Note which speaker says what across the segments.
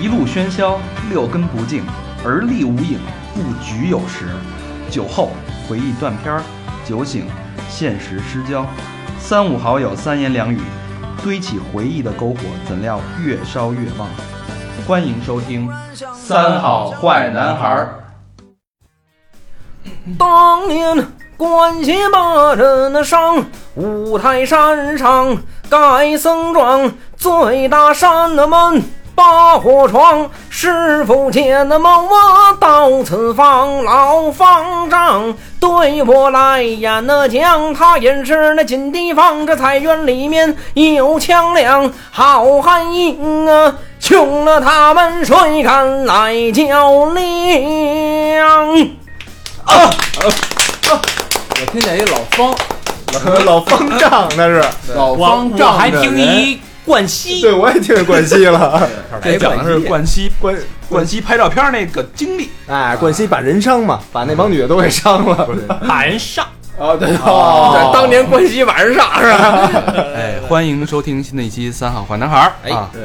Speaker 1: 一路喧嚣，六根不净，而立无影，不局有时。酒后回忆断片儿，酒醒现实失焦。三五好友三言两语，堆起回忆的篝火，怎料越烧越旺。欢迎收听《三好坏男孩儿》。
Speaker 2: 当年关系把人伤，五台山上盖僧庄，最大山门把火闯，师傅见了梦我到此方，老方丈对我来演了讲，他演示那锦地方，这菜园里面有枪粮，好汉英啊，穷了他们谁敢来较量？
Speaker 3: 我听见一老方，
Speaker 4: 老方丈那是，
Speaker 3: 老
Speaker 5: 我
Speaker 3: 方
Speaker 5: 我
Speaker 3: 丈
Speaker 5: 还
Speaker 3: 的
Speaker 5: 听
Speaker 3: 人
Speaker 5: 一冠希，
Speaker 4: 对我也听见冠 希了，
Speaker 5: 这
Speaker 1: 哎
Speaker 5: 讲的是冠希，
Speaker 4: 冠
Speaker 5: 冠希拍照片那个经历，
Speaker 4: 哎，冠希把人伤嘛，把那帮女的都给伤了。
Speaker 5: 把人上。
Speaker 4: 哦，对
Speaker 3: 哦
Speaker 4: 哦，
Speaker 3: 当年关系晚上上是吧？
Speaker 1: 哎，欢迎收听新的一期《三好坏男孩儿》啊，
Speaker 3: 对，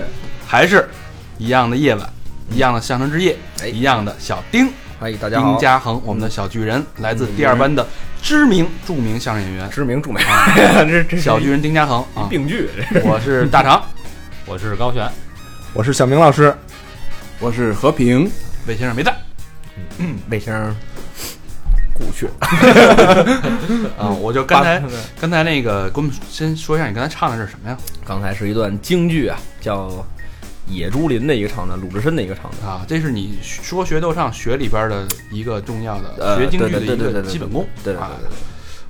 Speaker 1: 还是一样的夜晚，一样的相声之夜，一样的小丁
Speaker 3: 哎，大家
Speaker 1: 丁
Speaker 3: 好，
Speaker 1: 家恒，我们的小巨人，来自第二班的知名著名相声演员
Speaker 3: 知名著名，这这
Speaker 1: 小巨人丁家恒啊，
Speaker 3: 病句，
Speaker 1: 我是大长，
Speaker 5: 我是高璇，
Speaker 4: 我是小明老师，
Speaker 3: 我是和平，
Speaker 1: 魏先生没在
Speaker 3: 魏先生，故去，
Speaker 1: 啊，我就刚才
Speaker 3: 把
Speaker 1: 刚才那个，给我们先说一下你刚才唱的是什么呀？
Speaker 3: 刚才是一段京剧啊，叫《野猪林》的一个场段，鲁智深的一个场段。
Speaker 1: 啊，这是你说学逗唱学里边的一个重要的
Speaker 3: 呃
Speaker 1: 学京剧的
Speaker 3: 对对对
Speaker 1: 一
Speaker 3: 对
Speaker 1: 个
Speaker 3: 对对
Speaker 1: 基本功。
Speaker 3: 对对
Speaker 1: 啊
Speaker 3: 对对对，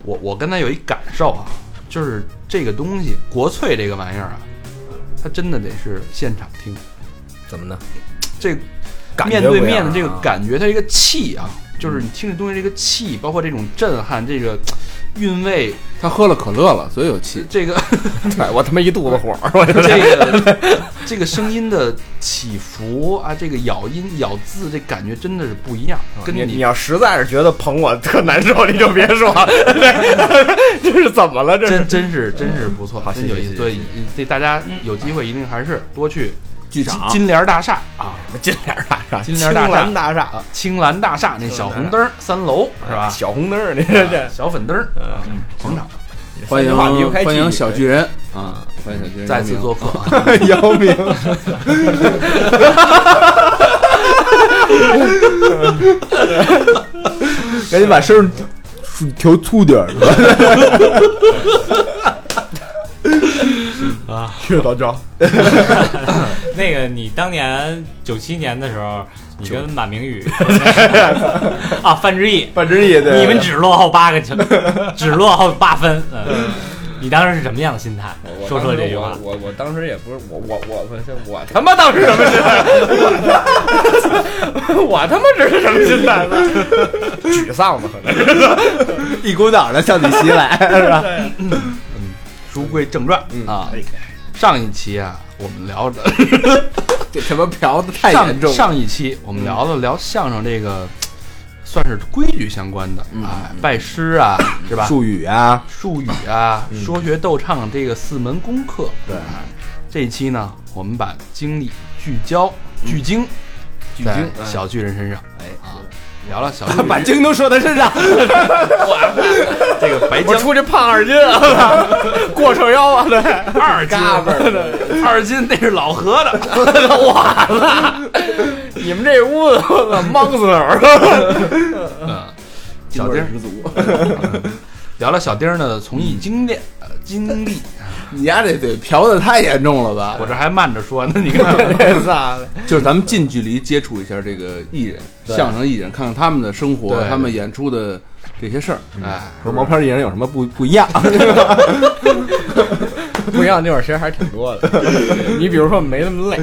Speaker 1: 我我刚才有一感受啊，就是这个东西，国粹这个玩意儿啊，它真的得是现场听，
Speaker 3: 怎么呢？
Speaker 1: 这
Speaker 3: 感觉
Speaker 1: 面对
Speaker 3: 不一
Speaker 1: 面
Speaker 3: 样
Speaker 1: 的这个
Speaker 3: 啊嗯
Speaker 1: 感觉，它这个气啊，就是你听这东西这个气，包括这种震撼，这个韵味，
Speaker 6: 他喝了可乐了，所以有气。
Speaker 1: 这个
Speaker 3: 哎我他妈一肚子火，我
Speaker 1: 这个这个声音的起伏啊，这个咬音咬字，这感觉真的是不一样，跟
Speaker 3: 你你要实在是觉得捧我特难受，你就别说，这是怎么了？这是
Speaker 1: 真真是真是不错，
Speaker 3: 好
Speaker 1: 真有
Speaker 3: 谢谢
Speaker 1: 意思。
Speaker 3: 谢谢
Speaker 1: 对，这大家有机会一定还是多去
Speaker 6: 剧
Speaker 1: 金
Speaker 6: 场
Speaker 1: 金莲大厦啊，
Speaker 3: 金莲大厦，
Speaker 1: 金莲大厦
Speaker 3: 兰大厦，
Speaker 1: 青蓝大厦那小红灯儿三楼是吧？
Speaker 3: 小红灯儿，你这这
Speaker 1: 小粉灯儿嗯广场
Speaker 6: 啊欢迎
Speaker 3: 话离不开
Speaker 6: 欢迎
Speaker 3: 记忆
Speaker 6: 小巨人啊！欢迎小巨人
Speaker 1: 再次做客啊，
Speaker 4: 姚明，赶紧把声儿调粗点儿。啊，越老张，
Speaker 5: 那个你当年九七年的时候，你跟马明宇啊范志毅，
Speaker 4: 范志毅，对
Speaker 5: 嗯 你们只落后八个球，只落后八分。嗯，你当时是什么样的心态？说说这句话。
Speaker 3: 我我当时也不是我我我我我他妈当时什么心态？我他妈这是什么心态？沮丧吧，可能是
Speaker 4: 一股脑的向你袭来，是吧？
Speaker 1: 书归正传
Speaker 6: 嗯
Speaker 1: 啊。
Speaker 6: 哎
Speaker 1: 上一期啊，我们聊的
Speaker 6: 这他妈嫖的太严
Speaker 1: 上
Speaker 6: 重了，嗯
Speaker 1: 上一期我们聊了聊相声这个，算是规矩相关的
Speaker 6: 嗯
Speaker 1: 啊，拜师啊，是吧？
Speaker 4: 术语啊，
Speaker 1: 术语啊，
Speaker 3: 嗯
Speaker 1: 说学逗唱这个四门功课。
Speaker 4: 对
Speaker 1: 啊，这一期呢，我们把精力聚焦、
Speaker 3: 嗯
Speaker 1: 聚精、聚精小巨人身上。哎啊，聊聊小 巨人，
Speaker 4: 把京都说他身上，
Speaker 1: 这个白
Speaker 3: 我
Speaker 1: 姜
Speaker 3: 出去胖二斤啊， 过秤腰啊，对，
Speaker 1: 二斤，啊 二斤那是老何的，
Speaker 3: 你们这屋子我操 忙死了，
Speaker 1: 嗯，小丁儿嗯
Speaker 6: 足。
Speaker 1: 聊聊小丁儿的从艺经历，呃经历。
Speaker 6: 你丫这得嫖的太严重了吧
Speaker 1: 我？这还慢着说呢，你看，
Speaker 3: 这咋的？
Speaker 6: 就是咱们近距离接触一下这个艺人，相声艺人，看看他们的生活
Speaker 1: 对，
Speaker 6: 他们演出的这些事儿。
Speaker 3: 嗯
Speaker 1: 哎，
Speaker 4: 和毛片艺人有什么不不一样？
Speaker 3: 不一样的地方其实还是挺多 的。你比如说没那么累，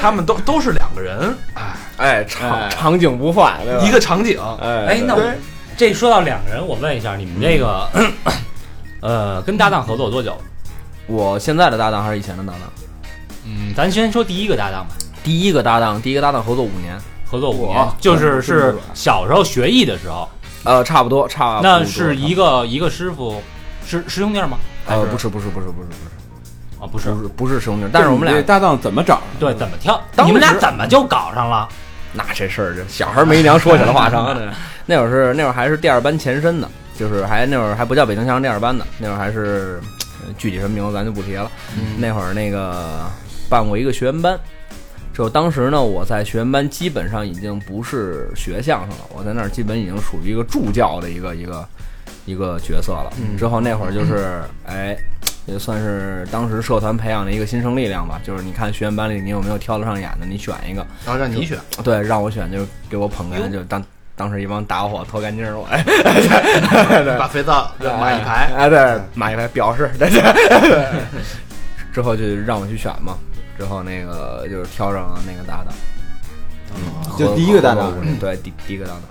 Speaker 1: 他们都都是两个人，哎，
Speaker 3: 哎，场场景不换，对吧
Speaker 1: 一个场景，
Speaker 3: 哎
Speaker 7: 哎，那我这说到两个人，我问一下，你们这个，呃，跟搭档合作多久？
Speaker 3: 我现在的搭档还是以前的搭档？
Speaker 7: 嗯，咱先说第一个搭档吧，
Speaker 3: 第一个搭档，第一个搭档合作五年，
Speaker 7: 合作五年
Speaker 6: 哇，
Speaker 7: 就是
Speaker 6: 真不
Speaker 7: 是
Speaker 6: 错
Speaker 7: 小时候学艺的时候，
Speaker 3: 呃，差不多，差不多。
Speaker 7: 那是一个一个师傅，师师兄弟吗？
Speaker 3: 呃，
Speaker 7: 还
Speaker 3: 不
Speaker 7: 是
Speaker 3: 是不是不是不是不是，
Speaker 8: 啊，不是
Speaker 2: 不，是不是师兄弟，但是我们
Speaker 4: 这
Speaker 2: 俩
Speaker 4: 搭档怎么找？
Speaker 8: 对，怎么跳？
Speaker 2: 当时
Speaker 8: 你们俩怎么就搞上了？
Speaker 2: 那这事儿，这小孩没娘说起来话长。啊那会儿是那会儿还是第二班前身呢，就是还那会儿还不叫北京相声第二班呢，那会儿还是呃具体什么名字咱就不提了。那会儿那个办过一个学员班，就当时呢我在学员班基本上已经不是学相声了，我在那儿基本已经属于一个助教的一个一个一个角色了。之后那会儿就是哎。也算是当时社团培养的一个新生力量吧，就是你看学员班里你有没有挑得上眼的，你选一个，
Speaker 9: 然后让你选，
Speaker 2: 对，让我选就给我捧哏，就当当时一帮打火脱干净儿，我 哎
Speaker 9: 把肥皂码一排，
Speaker 2: 哎对，买一排表示，对对 对之后就让我去选嘛，之后那个就是挑上了那个搭档，
Speaker 10: 嗯
Speaker 2: 嗯
Speaker 10: 就第一个搭档嗯
Speaker 2: 合伙人对，第第一个搭档，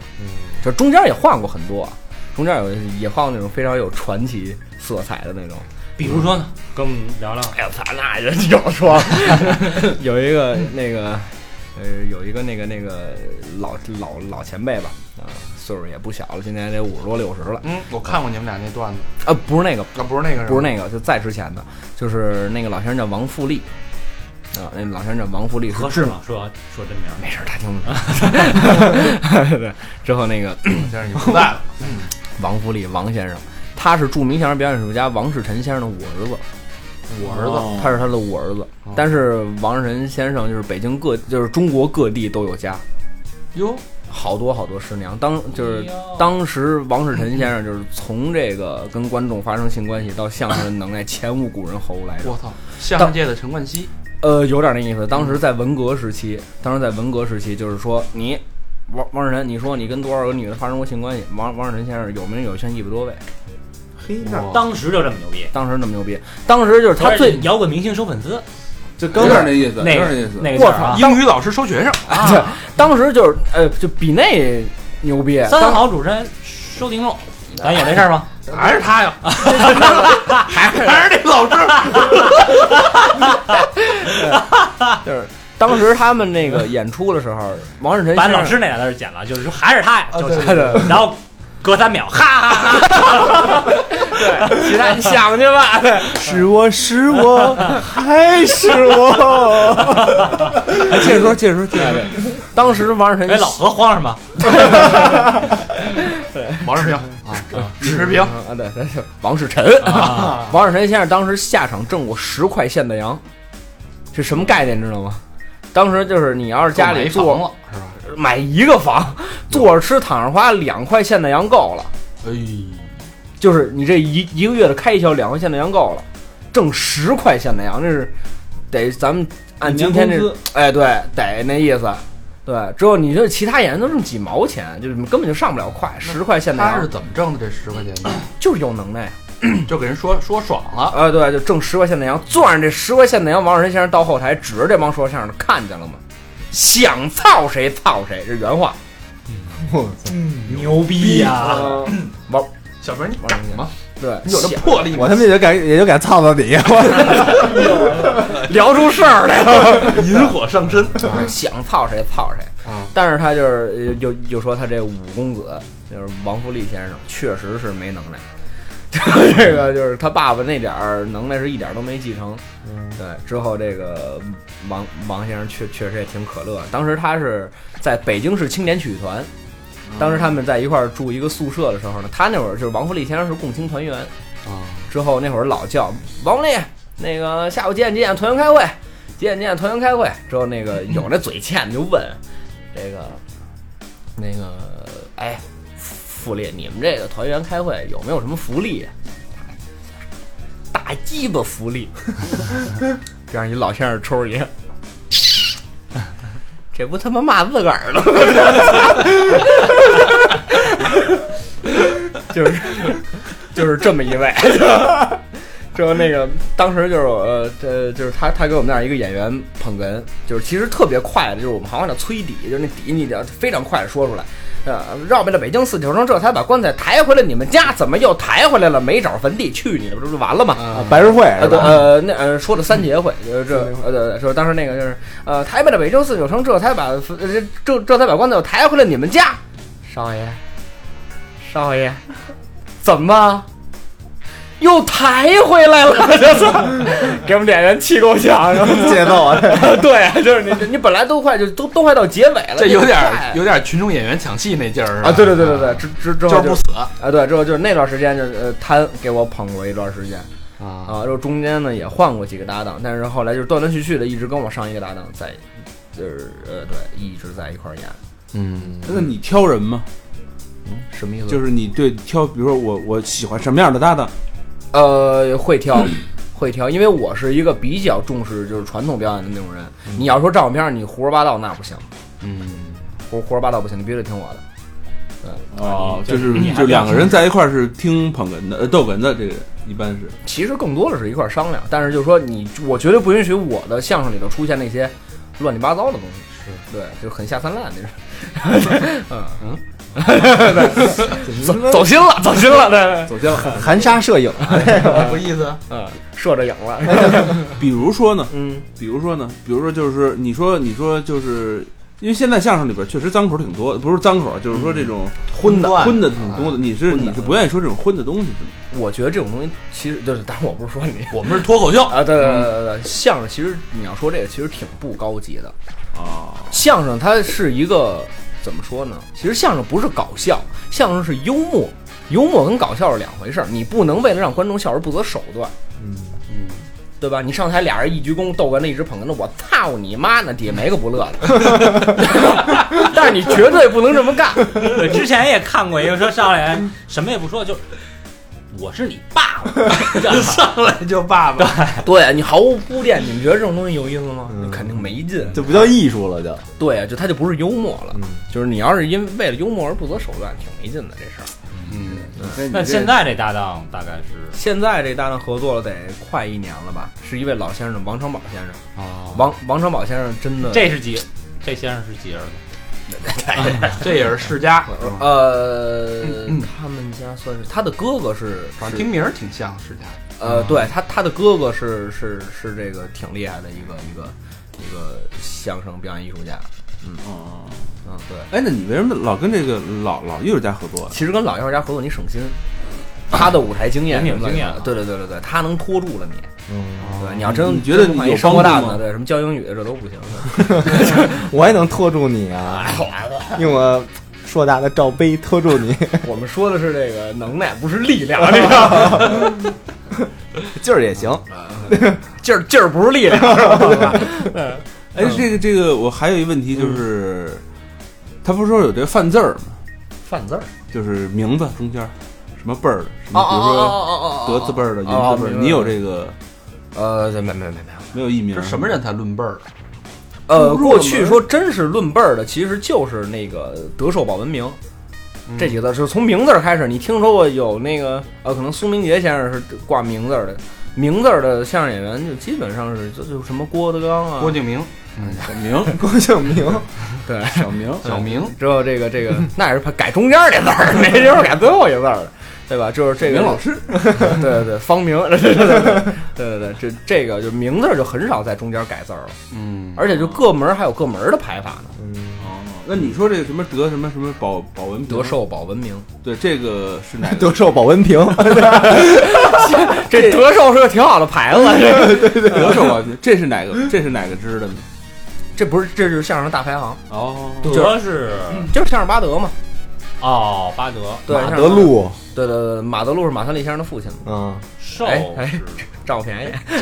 Speaker 2: 就中间也换过很多，中间有也换过那种非常有传奇色彩的那种，嗯
Speaker 8: 比如说呢，跟我们聊聊。
Speaker 2: 哎呀，操，那人有说， 有一个那个，呃，有一个那个那个老老老前辈吧，啊、岁数也不小了，今年得五十多六十了，
Speaker 9: 嗯，我看过你们俩那段子，
Speaker 2: 啊，不是那个，
Speaker 9: 啊，不是那个，
Speaker 2: 不是，那个，就再之前的，就是那个老先生叫王富利，啊，那老先生叫王富利，
Speaker 8: 合适吗？说说真名儿，
Speaker 2: 没事儿，他听 不懂。对，之后那个
Speaker 9: 先生你不在了，
Speaker 2: 王富利王先生，他是著名相声表演艺术家王世臣先生的五儿子，哦
Speaker 9: 我儿子，哦
Speaker 2: 他是他的五儿子。但是王世臣先生就是北京各，就是中国各地都有家，
Speaker 4: 哟，
Speaker 2: 好多好多师娘。当就是
Speaker 8: 哎呦
Speaker 2: 当时王世臣先生就是从这个跟观众发生性关系到相声的能耐，前无古人后无来者。
Speaker 9: 我操，相声界的陈冠希，
Speaker 2: 呃，有点那意思。当时在文革时期，当时在文革时期，就是说你王王世臣，你说你跟多少个女的发生过性关系？王王世臣先生有名有姓一百多位，
Speaker 10: 嘿，那
Speaker 8: 当时就这么牛逼。
Speaker 2: 当时那么牛逼。当时就是他 最
Speaker 8: 摇滚明星收粉丝，
Speaker 10: 这
Speaker 4: 有点那意思，有
Speaker 8: 那
Speaker 4: 点那
Speaker 8: 个
Speaker 4: 意思。
Speaker 8: 那个
Speaker 2: 我
Speaker 8: 劲儿啊
Speaker 2: 操，
Speaker 9: 英语老师收学生，
Speaker 2: 啊，当时就是呃，就比那牛逼。啊
Speaker 8: 三
Speaker 2: 当
Speaker 8: 好主持人收听众，咱有这事儿吗？
Speaker 9: 还是他呀，
Speaker 2: 就是当时他们那个演出的时候，王世臣
Speaker 8: 把
Speaker 2: 先
Speaker 8: 老
Speaker 2: 生
Speaker 8: 师那俩字儿剪了，就是说还是他呀，就是
Speaker 2: 对对
Speaker 8: 然后隔三秒，哈哈哈，
Speaker 2: 对，其他你想 去吧。对
Speaker 10: 是我是我还是我？
Speaker 4: 哎接着说，接着说，接着说。
Speaker 2: 当时王世臣
Speaker 8: 给哎老何慌什么？
Speaker 9: 王世平啊，石平，
Speaker 2: 啊，对，对对 王世臣，
Speaker 8: 啊
Speaker 2: 王世臣先生当时下场挣过十块现的洋，这什么概念知道吗？当时就是你要是家里
Speaker 9: 做
Speaker 2: 住
Speaker 9: 了是吧？
Speaker 2: 买一个房，坐着吃躺着花，两块现的洋够了，
Speaker 4: 哎，
Speaker 2: 就是你这一一个月的开销，两块现的洋够了，挣十块现的洋，这是得咱们按今天
Speaker 10: 一年
Speaker 2: 这
Speaker 10: 工，
Speaker 2: 哎，对，得那意思。对，之后你这其他演员都挣几毛钱，就是根本就上不了快，十块现的
Speaker 9: 他
Speaker 2: 洋
Speaker 9: 是怎么挣的这十块钱呢？
Speaker 2: 就是有能耐啊。
Speaker 9: 就给人说说爽了，
Speaker 2: 啊，对，就挣十块钱的洋，攥着这十块钱的洋，王世臣先生到后台指着这帮说相声的，看见了吗？想操谁操谁，这原话。
Speaker 10: 我
Speaker 8: 牛逼呀！
Speaker 10: 操！
Speaker 9: 小明你敢吗？
Speaker 2: 对，
Speaker 9: 你有这
Speaker 2: 想
Speaker 9: 魄力吗
Speaker 10: 我？他妈也就敢也就敢操操你，我
Speaker 2: 聊出事儿来了，
Speaker 9: 引火上身，啊
Speaker 2: 想操谁操谁。
Speaker 9: 嗯
Speaker 2: 但是他就是又又说他这五公子就是王福利先生，确实是没能耐。 这
Speaker 9: 嗯
Speaker 2: 个就是他爸爸那点儿能耐是一点儿都没继承。
Speaker 9: 嗯
Speaker 2: 对，之后这个王王先生确确实也挺可乐的。当时他是在北京市青年曲艺团，
Speaker 9: 嗯
Speaker 2: 当时他们在一块儿住一个宿舍的时候呢，他那会儿就是王福利先生是共青团员，
Speaker 9: 啊
Speaker 2: 之后那会儿老叫王福利，那个下午几点几点团员开会，几点几点团员开会。之后那个哎有那嘴欠的就问这个那个哎，福利，你们这个团员开会有没有什么福利啊？大鸡巴福利！这样一老先生抽一，这不他妈骂自个儿了吗？就是就是这么一位，就那个当时就是呃呃就是他他给我们那儿一个演员捧哏，就是其实特别快的，就是我们行话叫催底，就是那底你得非常快的说出来。呃，绕遍了北京四九城，这才把棺材抬回来。你们家怎么又抬回来了？没找坟地，去你的，不就完了吗？
Speaker 4: 啊
Speaker 10: 操！白日会
Speaker 2: 呃，
Speaker 10: 是
Speaker 2: 对，
Speaker 10: 吧？
Speaker 2: 呃，那呃，说了三节会，呃，这呃，对对，说当时那个就是，呃，台北的北京四九城，这才把呃这这这才把棺材抬回来你们家，少爷，少爷，怎么？又抬回来了， 我操！给我们演员气够呛，然后
Speaker 11: 节奏啊，
Speaker 2: 对，就是你你本来都快就都都快到结尾了，
Speaker 1: 这有点儿
Speaker 2: 快
Speaker 1: 有点儿群众演员抢戏那劲儿
Speaker 2: 啊，对对对对对，之之之后
Speaker 1: 就是不
Speaker 2: 就
Speaker 1: 死，
Speaker 2: 啊，对，之后就是那段时间就是呃，摊给我捧过一段时间啊，
Speaker 4: 啊，
Speaker 2: 然后中间呢也换过几个搭档，但是后来就是断断续续的一直跟我上一个搭档在，就是呃对，一直在一块儿演，
Speaker 1: 嗯，
Speaker 4: 那你挑人吗？
Speaker 2: 什么意思？
Speaker 4: 就是你对挑，比如说我我喜欢什么样的搭档，
Speaker 2: 呃，会 挑，会挑，因为我是一个比较重视就是传统表演的那种人。你要说照片儿，你胡说八道那不行，嗯，胡胡说八道不行，你必须得听我的。
Speaker 4: 哦
Speaker 12: 你
Speaker 4: 就是
Speaker 12: 你还
Speaker 4: 就两个人在一块儿是听捧哏的，呃，逗哏的，这个一般是
Speaker 2: 其实更多的是一块儿商量，但是就是说你，我绝对不允许我的相声里头出现那些乱七八糟的东西，是对，就很下三滥那种。 嗯 嗯，走走心了，走心了，对，
Speaker 4: 走向。
Speaker 11: 含沙射影，
Speaker 1: 不意思，
Speaker 2: 嗯，射着影了，
Speaker 4: 比如说呢，
Speaker 2: 嗯，
Speaker 4: 比如说呢，比如说就是你说你说就是。因为现在相声里边确实脏口挺多的，不是脏口，啊就是说这种
Speaker 2: 荤的
Speaker 4: 荤的挺多的。你是你是不愿意说这种荤的东西是吗？
Speaker 2: 我觉得这种东西其实就是，当然我不是说你
Speaker 1: 我们是脱口秀，
Speaker 2: 啊，对对对对对，相声其实你要说这个其实挺不高级的，
Speaker 4: 啊，
Speaker 2: 相声它是一个怎么说呢？其实相声不是搞笑，相声是幽默，幽默跟搞笑是两回事儿。你不能为了让观众笑而不择手段，嗯嗯，对吧？你上台俩人一鞠躬，逗哏的一直捧哏的，我操你妈呢，底下没个不乐 的。 但是你绝对不能这么干，
Speaker 8: 我之前也看过一个说上来什么也不说，就我是你爸爸，上来就爸爸，
Speaker 2: 对你毫无铺垫，你们觉得这种东西有意思吗？肯定没劲。
Speaker 11: 这不叫艺术了，就
Speaker 2: 对啊，就他就不是幽默了，就是你要是因为为了幽默而不择手段，挺没劲的这事儿。
Speaker 4: 嗯，
Speaker 8: 那现在这搭档大概是
Speaker 2: 现在这搭档合作了得快一年了吧？是一位老先生王长宝先生，
Speaker 8: 啊，
Speaker 2: 王王长宝先生真的
Speaker 8: 这是几？这先生是几儿子？
Speaker 1: 这也是世家，
Speaker 2: 呃，他们家算是他的哥哥是，
Speaker 1: 反正听名儿挺像世家。
Speaker 2: 呃，对他他的哥哥是是是这个挺厉害的一个一个一个相声表演艺术家，
Speaker 4: 哦，
Speaker 2: 嗯，对，
Speaker 4: 哎，那你为什么老跟这个老老艺术家合作啊？
Speaker 2: 其实跟老艺术家合作你省心，他的舞台经验
Speaker 8: 有
Speaker 2: 什么
Speaker 8: 经验
Speaker 2: 的
Speaker 8: 啊
Speaker 2: 对对对对对，他能拖住了你，
Speaker 11: 嗯，
Speaker 2: 对，你要真
Speaker 4: 你觉得
Speaker 2: 真不怕
Speaker 4: 有
Speaker 2: 一生活
Speaker 4: 帮
Speaker 2: 大
Speaker 4: 助吗
Speaker 2: 的，对，什么教英语的这都不行，
Speaker 11: 我还能拖住你 啊，用我硕大的罩杯拖住你，
Speaker 2: 我们说的是这个能耐，不是力量，这个。
Speaker 11: 劲儿也行，
Speaker 2: 劲儿劲儿不是力量，是吧？
Speaker 4: 哎，这个这个，我还有一问题就是，他不是说有这个范字儿吗？
Speaker 2: 犯字儿，
Speaker 4: 就是名字中间儿什么辈儿的，什么比如说
Speaker 2: 哦
Speaker 4: 德字辈儿的、
Speaker 2: 哦
Speaker 4: 银字
Speaker 2: 明
Speaker 4: 辈儿
Speaker 2: 白
Speaker 4: 的，你有这个
Speaker 2: 呃，没没没没有。
Speaker 4: 没有艺名？
Speaker 1: 这什么？人才论辈儿啊？
Speaker 2: 呃，过去说真是论辈儿的，其实就是那个德寿保文明。这几个字是从名字儿开始，你听说过有那个呃，可能苏明杰先生是挂名字儿的，名字儿的相声演员就基本上是就就什么郭德纲啊，
Speaker 1: 郭敬明、
Speaker 4: 小明，
Speaker 11: 郭敬明，
Speaker 2: 对，
Speaker 4: 小明，
Speaker 1: 小明，
Speaker 2: 之后这个这个那也是怕改中间儿这字儿，没地方改最后一个字儿了，对吧？就是这个
Speaker 4: 明老师，
Speaker 2: 对 对对，方明， 对对对对对对，这这个就名字就很少在中间改字儿了，
Speaker 1: 嗯，
Speaker 2: 而且就各门儿还有各门儿的排法呢。
Speaker 11: 嗯，
Speaker 4: 哦，那你说这个什么德什么什么保保文平
Speaker 2: 德，寿保文明，
Speaker 4: 对，这个是哪个？
Speaker 11: 德寿保文平，
Speaker 2: 这德寿是个挺好的牌子，这 个
Speaker 4: 德寿保文平，这是哪个？这是哪个支的呢？
Speaker 2: 这不是这是相声大排行，
Speaker 4: 哦，
Speaker 8: 德是
Speaker 2: 就是相声巴德嘛，
Speaker 8: 哦，巴德
Speaker 2: 对，
Speaker 11: 马
Speaker 2: 相
Speaker 11: 德
Speaker 2: 声，
Speaker 11: 路，
Speaker 2: 对对对，马德禄是马三立先生的父亲嘛，
Speaker 11: 嗯，
Speaker 8: 寿
Speaker 2: 哎哎
Speaker 8: 是
Speaker 2: 占我便宜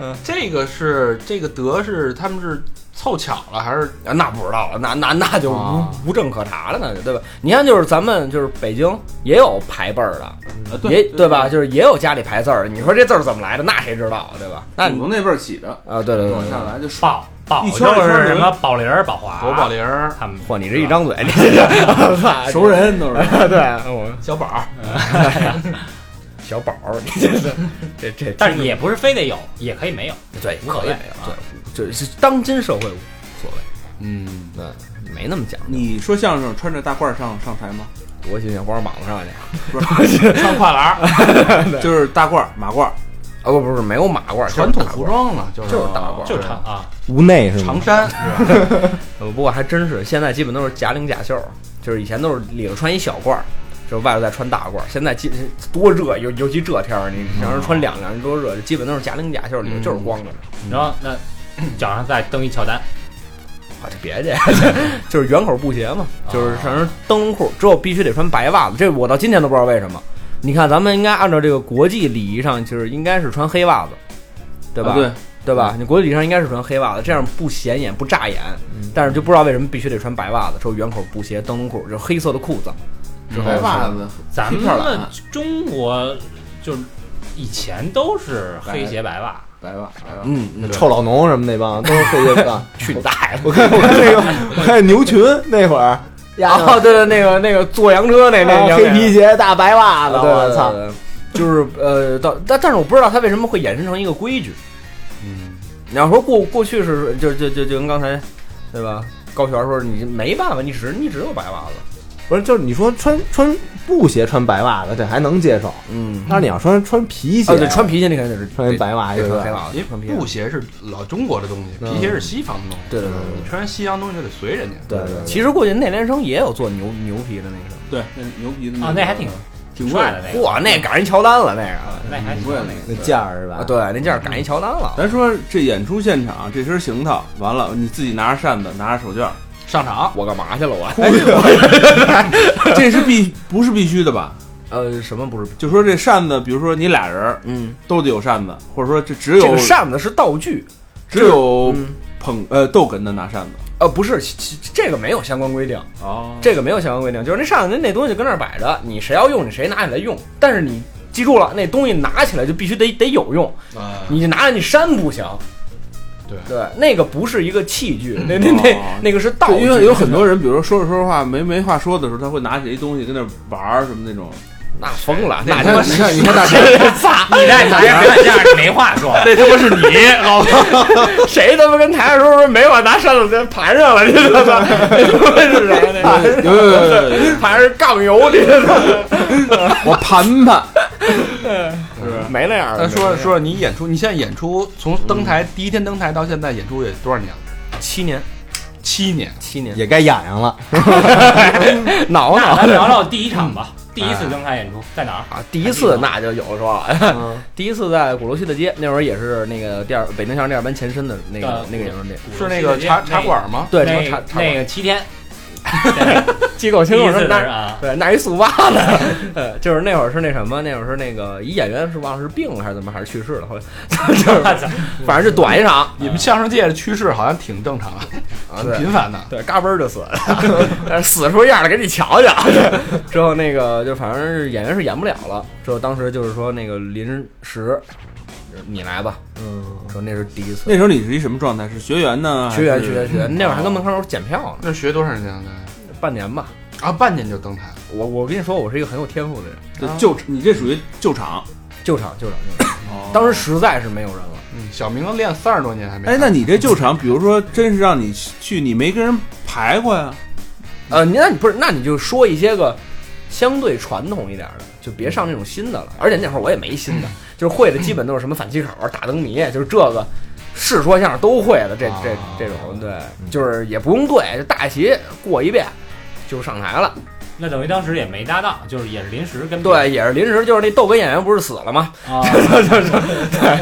Speaker 1: 啊这个是这个德是他们是凑巧了还是
Speaker 2: 啊，那不知道了，那那那就无
Speaker 1: 啊
Speaker 2: 无证可查了，那就对吧？你看，就是咱们就是北京也有排辈儿的，
Speaker 4: 啊
Speaker 2: 也
Speaker 4: 对
Speaker 2: 对吧？？就是也有家里排字儿的，你说这字儿怎么来的？那谁知道，对吧？那
Speaker 4: 那
Speaker 2: 你
Speaker 4: 你从那辈儿起的，
Speaker 2: 啊，对对对
Speaker 4: 嗯往
Speaker 2: 对
Speaker 4: 下来就顺。
Speaker 8: 宝宝
Speaker 4: 一
Speaker 8: 就
Speaker 4: 圈儿一圈儿
Speaker 8: 是什
Speaker 4: 人
Speaker 8: 么宝林儿、宝华、
Speaker 1: 侯宝林儿、
Speaker 8: 他们
Speaker 2: 嚯，你这一张嘴，你 这
Speaker 4: 熟人都是
Speaker 2: 对，我
Speaker 1: 小宝儿？
Speaker 2: 小宝儿，你这是这这，
Speaker 8: 但是也不是非得有，也可 以没有。
Speaker 2: 对，
Speaker 8: 无所
Speaker 2: 可以
Speaker 8: 谓
Speaker 2: 没有
Speaker 8: 啊，
Speaker 2: 对，这是当今社会无所谓，
Speaker 1: 嗯，
Speaker 2: 对，没那么讲究。
Speaker 4: 你说相声穿着大褂儿上上台 吗？
Speaker 2: 我心想，光着膀子上去
Speaker 8: 穿跨栏儿，
Speaker 4: 就是大褂儿、马褂儿，
Speaker 2: 啊，不不是没有马褂，就是
Speaker 1: 传统
Speaker 2: 大褂
Speaker 1: 服，装嘛，就是
Speaker 2: 就是大褂，
Speaker 8: 就是穿啊，
Speaker 11: 无内是吗
Speaker 1: 长？衫，
Speaker 2: 呃。不过还真是，现在基本都是假领假袖儿，就是以前都是里头穿一小褂儿，就是外头再穿大褂儿。现在今多热，尤尤其这天儿，你让人穿两两人多热，基本都是夹零夹袖里头
Speaker 8: 嗯
Speaker 2: 就是光着的。
Speaker 8: 然后那脚上再蹬一乔丹，
Speaker 2: 啊，这别介， 就是圆口布鞋嘛，就是上人灯笼裤，之后必须得穿白袜子，这我到今天都不知道为什么。你看，咱们应该按照这个国际礼仪上，就是应该是穿黑袜子，对吧？
Speaker 4: 啊对，
Speaker 2: 对吧？你国际礼仪上应该是穿黑袜子，这样不显眼不扎眼，
Speaker 5: 嗯
Speaker 2: 但是就不知道为什么必须得穿白袜子，之后圆口布鞋、灯笼裤，就是黑色的裤子。
Speaker 1: 嗯
Speaker 2: 之后
Speaker 4: 白袜子，
Speaker 8: 咱
Speaker 4: 踢片儿了
Speaker 8: 们
Speaker 4: 啊
Speaker 8: 中国就是以前都是黑鞋白袜，
Speaker 4: 白袜，白袜。
Speaker 2: 嗯，嗯
Speaker 5: 臭老农什么那帮都是黑街坊。
Speaker 2: 去你大爷！
Speaker 5: 我看我看那个，我看牛群那会儿，
Speaker 2: 哦，对对，那个那个坐洋车那那
Speaker 5: 啊
Speaker 2: 娘
Speaker 5: 黑
Speaker 2: 们儿
Speaker 5: 皮鞋、大白袜子，
Speaker 2: 对对
Speaker 5: 我操！
Speaker 2: 对对就是呃，到但但是我不知道它为什么会衍生成一个规矩。嗯，你要说过过去是就就就就跟刚才对吧？高璇说你没办法，你只你只有白袜子。
Speaker 5: 不是，就是你说穿穿布鞋、穿白袜子，这还能接受。
Speaker 2: 嗯，
Speaker 5: 但是你要穿穿皮鞋，
Speaker 2: 啊对，穿皮鞋那肯定得是
Speaker 5: 穿一白袜
Speaker 2: 得
Speaker 5: 一
Speaker 2: 穿
Speaker 5: 个
Speaker 2: 黑，袜子
Speaker 1: 因，
Speaker 2: 穿皮
Speaker 1: 为
Speaker 2: 鞋
Speaker 1: 布。鞋是老中国的东西，
Speaker 5: 嗯
Speaker 1: 皮鞋是西方的东西。
Speaker 2: 对对对
Speaker 1: 你穿西洋东西就得随人家。
Speaker 5: 对对对，
Speaker 2: 其实过去内联升也有做牛牛皮的那个，
Speaker 4: 对，那牛皮的
Speaker 8: 啊，那还挺
Speaker 4: 嗯挺贵
Speaker 8: 帅的那个，
Speaker 2: 哇，那赶上一乔丹了那个
Speaker 8: 那还
Speaker 4: 挺
Speaker 8: 挺
Speaker 4: 贵的
Speaker 8: 那个。
Speaker 5: 那价儿是吧？
Speaker 2: 啊，对，那件儿赶上一乔丹了。
Speaker 4: 咱说这演出现场，这身行头完了，你自己拿着扇子，拿着手绢儿，
Speaker 8: 上场
Speaker 2: 我干嘛去了我？ 哎
Speaker 4: 这是必不是必须的吧？
Speaker 2: 呃，什么不是？
Speaker 4: 就说这扇子，比如说你俩人儿
Speaker 2: 嗯，
Speaker 4: 都得有扇子，或者说这只
Speaker 2: 这个
Speaker 4: 有
Speaker 2: 扇子是道具。
Speaker 4: 只有
Speaker 2: 嗯
Speaker 4: 捧呃逗哏的拿扇子。
Speaker 2: 呃，不是，其其这个没有相关规定。
Speaker 4: 哦
Speaker 2: 这个没有相关规定，就是那扇子那那东西就跟那儿摆着，你谁要用你谁拿起来用。但是你记住了，那东西拿起来就必须得得有用，
Speaker 1: 啊，
Speaker 2: 你拿着你扇不行。
Speaker 1: 对
Speaker 2: 对，那个不是一个器具，那那那
Speaker 4: 哦
Speaker 2: 那个是道具，
Speaker 4: 对，因为有很多人，比如说说着说着话没没话说的时候，他会拿起一东西跟那玩儿什么那种。
Speaker 2: 那疯了，那
Speaker 4: 你
Speaker 2: 哎他妈
Speaker 4: 看
Speaker 2: 是
Speaker 4: 你看你看大家，
Speaker 2: 仨，
Speaker 8: 你在台上 这样你没话说，
Speaker 2: 那他妈是你，好吧？谁他妈跟台上说说没我拿扇子跟盘上了，你知道吗？那他妈是谁？那盘
Speaker 4: 有有有有有有，
Speaker 2: 盘是杠油，你知道吗？
Speaker 4: 我盘盘，
Speaker 2: 没那样的。
Speaker 1: 咱啊说说说你演出，你现在演出从登台第一天登台到现在演出也多少年了？
Speaker 2: 七年，
Speaker 1: 七年。
Speaker 2: 七年，
Speaker 5: 也该痒痒了。
Speaker 2: 挠
Speaker 8: 那
Speaker 2: 挠
Speaker 8: 咱聊聊第一场吧，
Speaker 4: 嗯
Speaker 8: 第一次
Speaker 4: 哎
Speaker 8: 登台演出在哪儿？
Speaker 2: 啊，第一次那就有嗯说 了，第一次在鼓楼西大街那会儿也是那个第二北京相声第二班前身的那个
Speaker 8: 呃
Speaker 2: 啊那个演出地，
Speaker 1: 是那个茶茶馆吗？
Speaker 2: 对，
Speaker 8: 那
Speaker 2: 查查
Speaker 8: 那个七天，
Speaker 2: 机构
Speaker 8: 第
Speaker 2: 清楚
Speaker 8: 一次
Speaker 2: 是
Speaker 8: 那
Speaker 2: 那
Speaker 8: 啊，
Speaker 2: 对那一速八的，呃，就是那会儿是那什么，那会儿是那个一演员是忘了是病了还是怎么，还是去世了，后 来就是反正就短一场
Speaker 1: 你们相声界的趋势好像挺正常，
Speaker 2: 啊，
Speaker 1: 挺
Speaker 2: 对。
Speaker 1: 频繁的。
Speaker 2: 对，嘎嘣儿就死了， 但是死出样儿来给你瞧 瞧。之后那个就反正是演员是演不了了，之后当时就是说那个临时，就是你来吧，
Speaker 5: 嗯，
Speaker 2: 说那是第一次。
Speaker 4: 那时候你是一什么状态？是学员呢？还
Speaker 2: 学员
Speaker 4: 是
Speaker 2: 学员学员，那会儿还跟门口检票呢，
Speaker 1: 那学多长时间了？
Speaker 2: 半年吧。
Speaker 1: 啊，半年就登台了。
Speaker 2: 我我跟你说，我是一个很有天赋的人，
Speaker 4: 就救你这属于救场。
Speaker 2: 救场救场救场。当时实在是没有人了，
Speaker 1: 嗯，小明都练三十多年还没。
Speaker 4: 哎，那你这救场，比如说真是让你去，你没跟人排过呀？
Speaker 2: 呃，你那你不是，那你就说一些个相对传统一点的，就别上那种新的了。而且那会儿我也没新的，就是会的基本都是什么反气口、打灯谜，就是这个。是说相声都会的，这这这种对，就是也不用对，就大旗过一遍就上台了。
Speaker 8: 那等于当时也没搭档，就是也是临时跟别人
Speaker 2: 对，也是临时，就是那逗哏演员不是死了吗？
Speaker 8: 啊，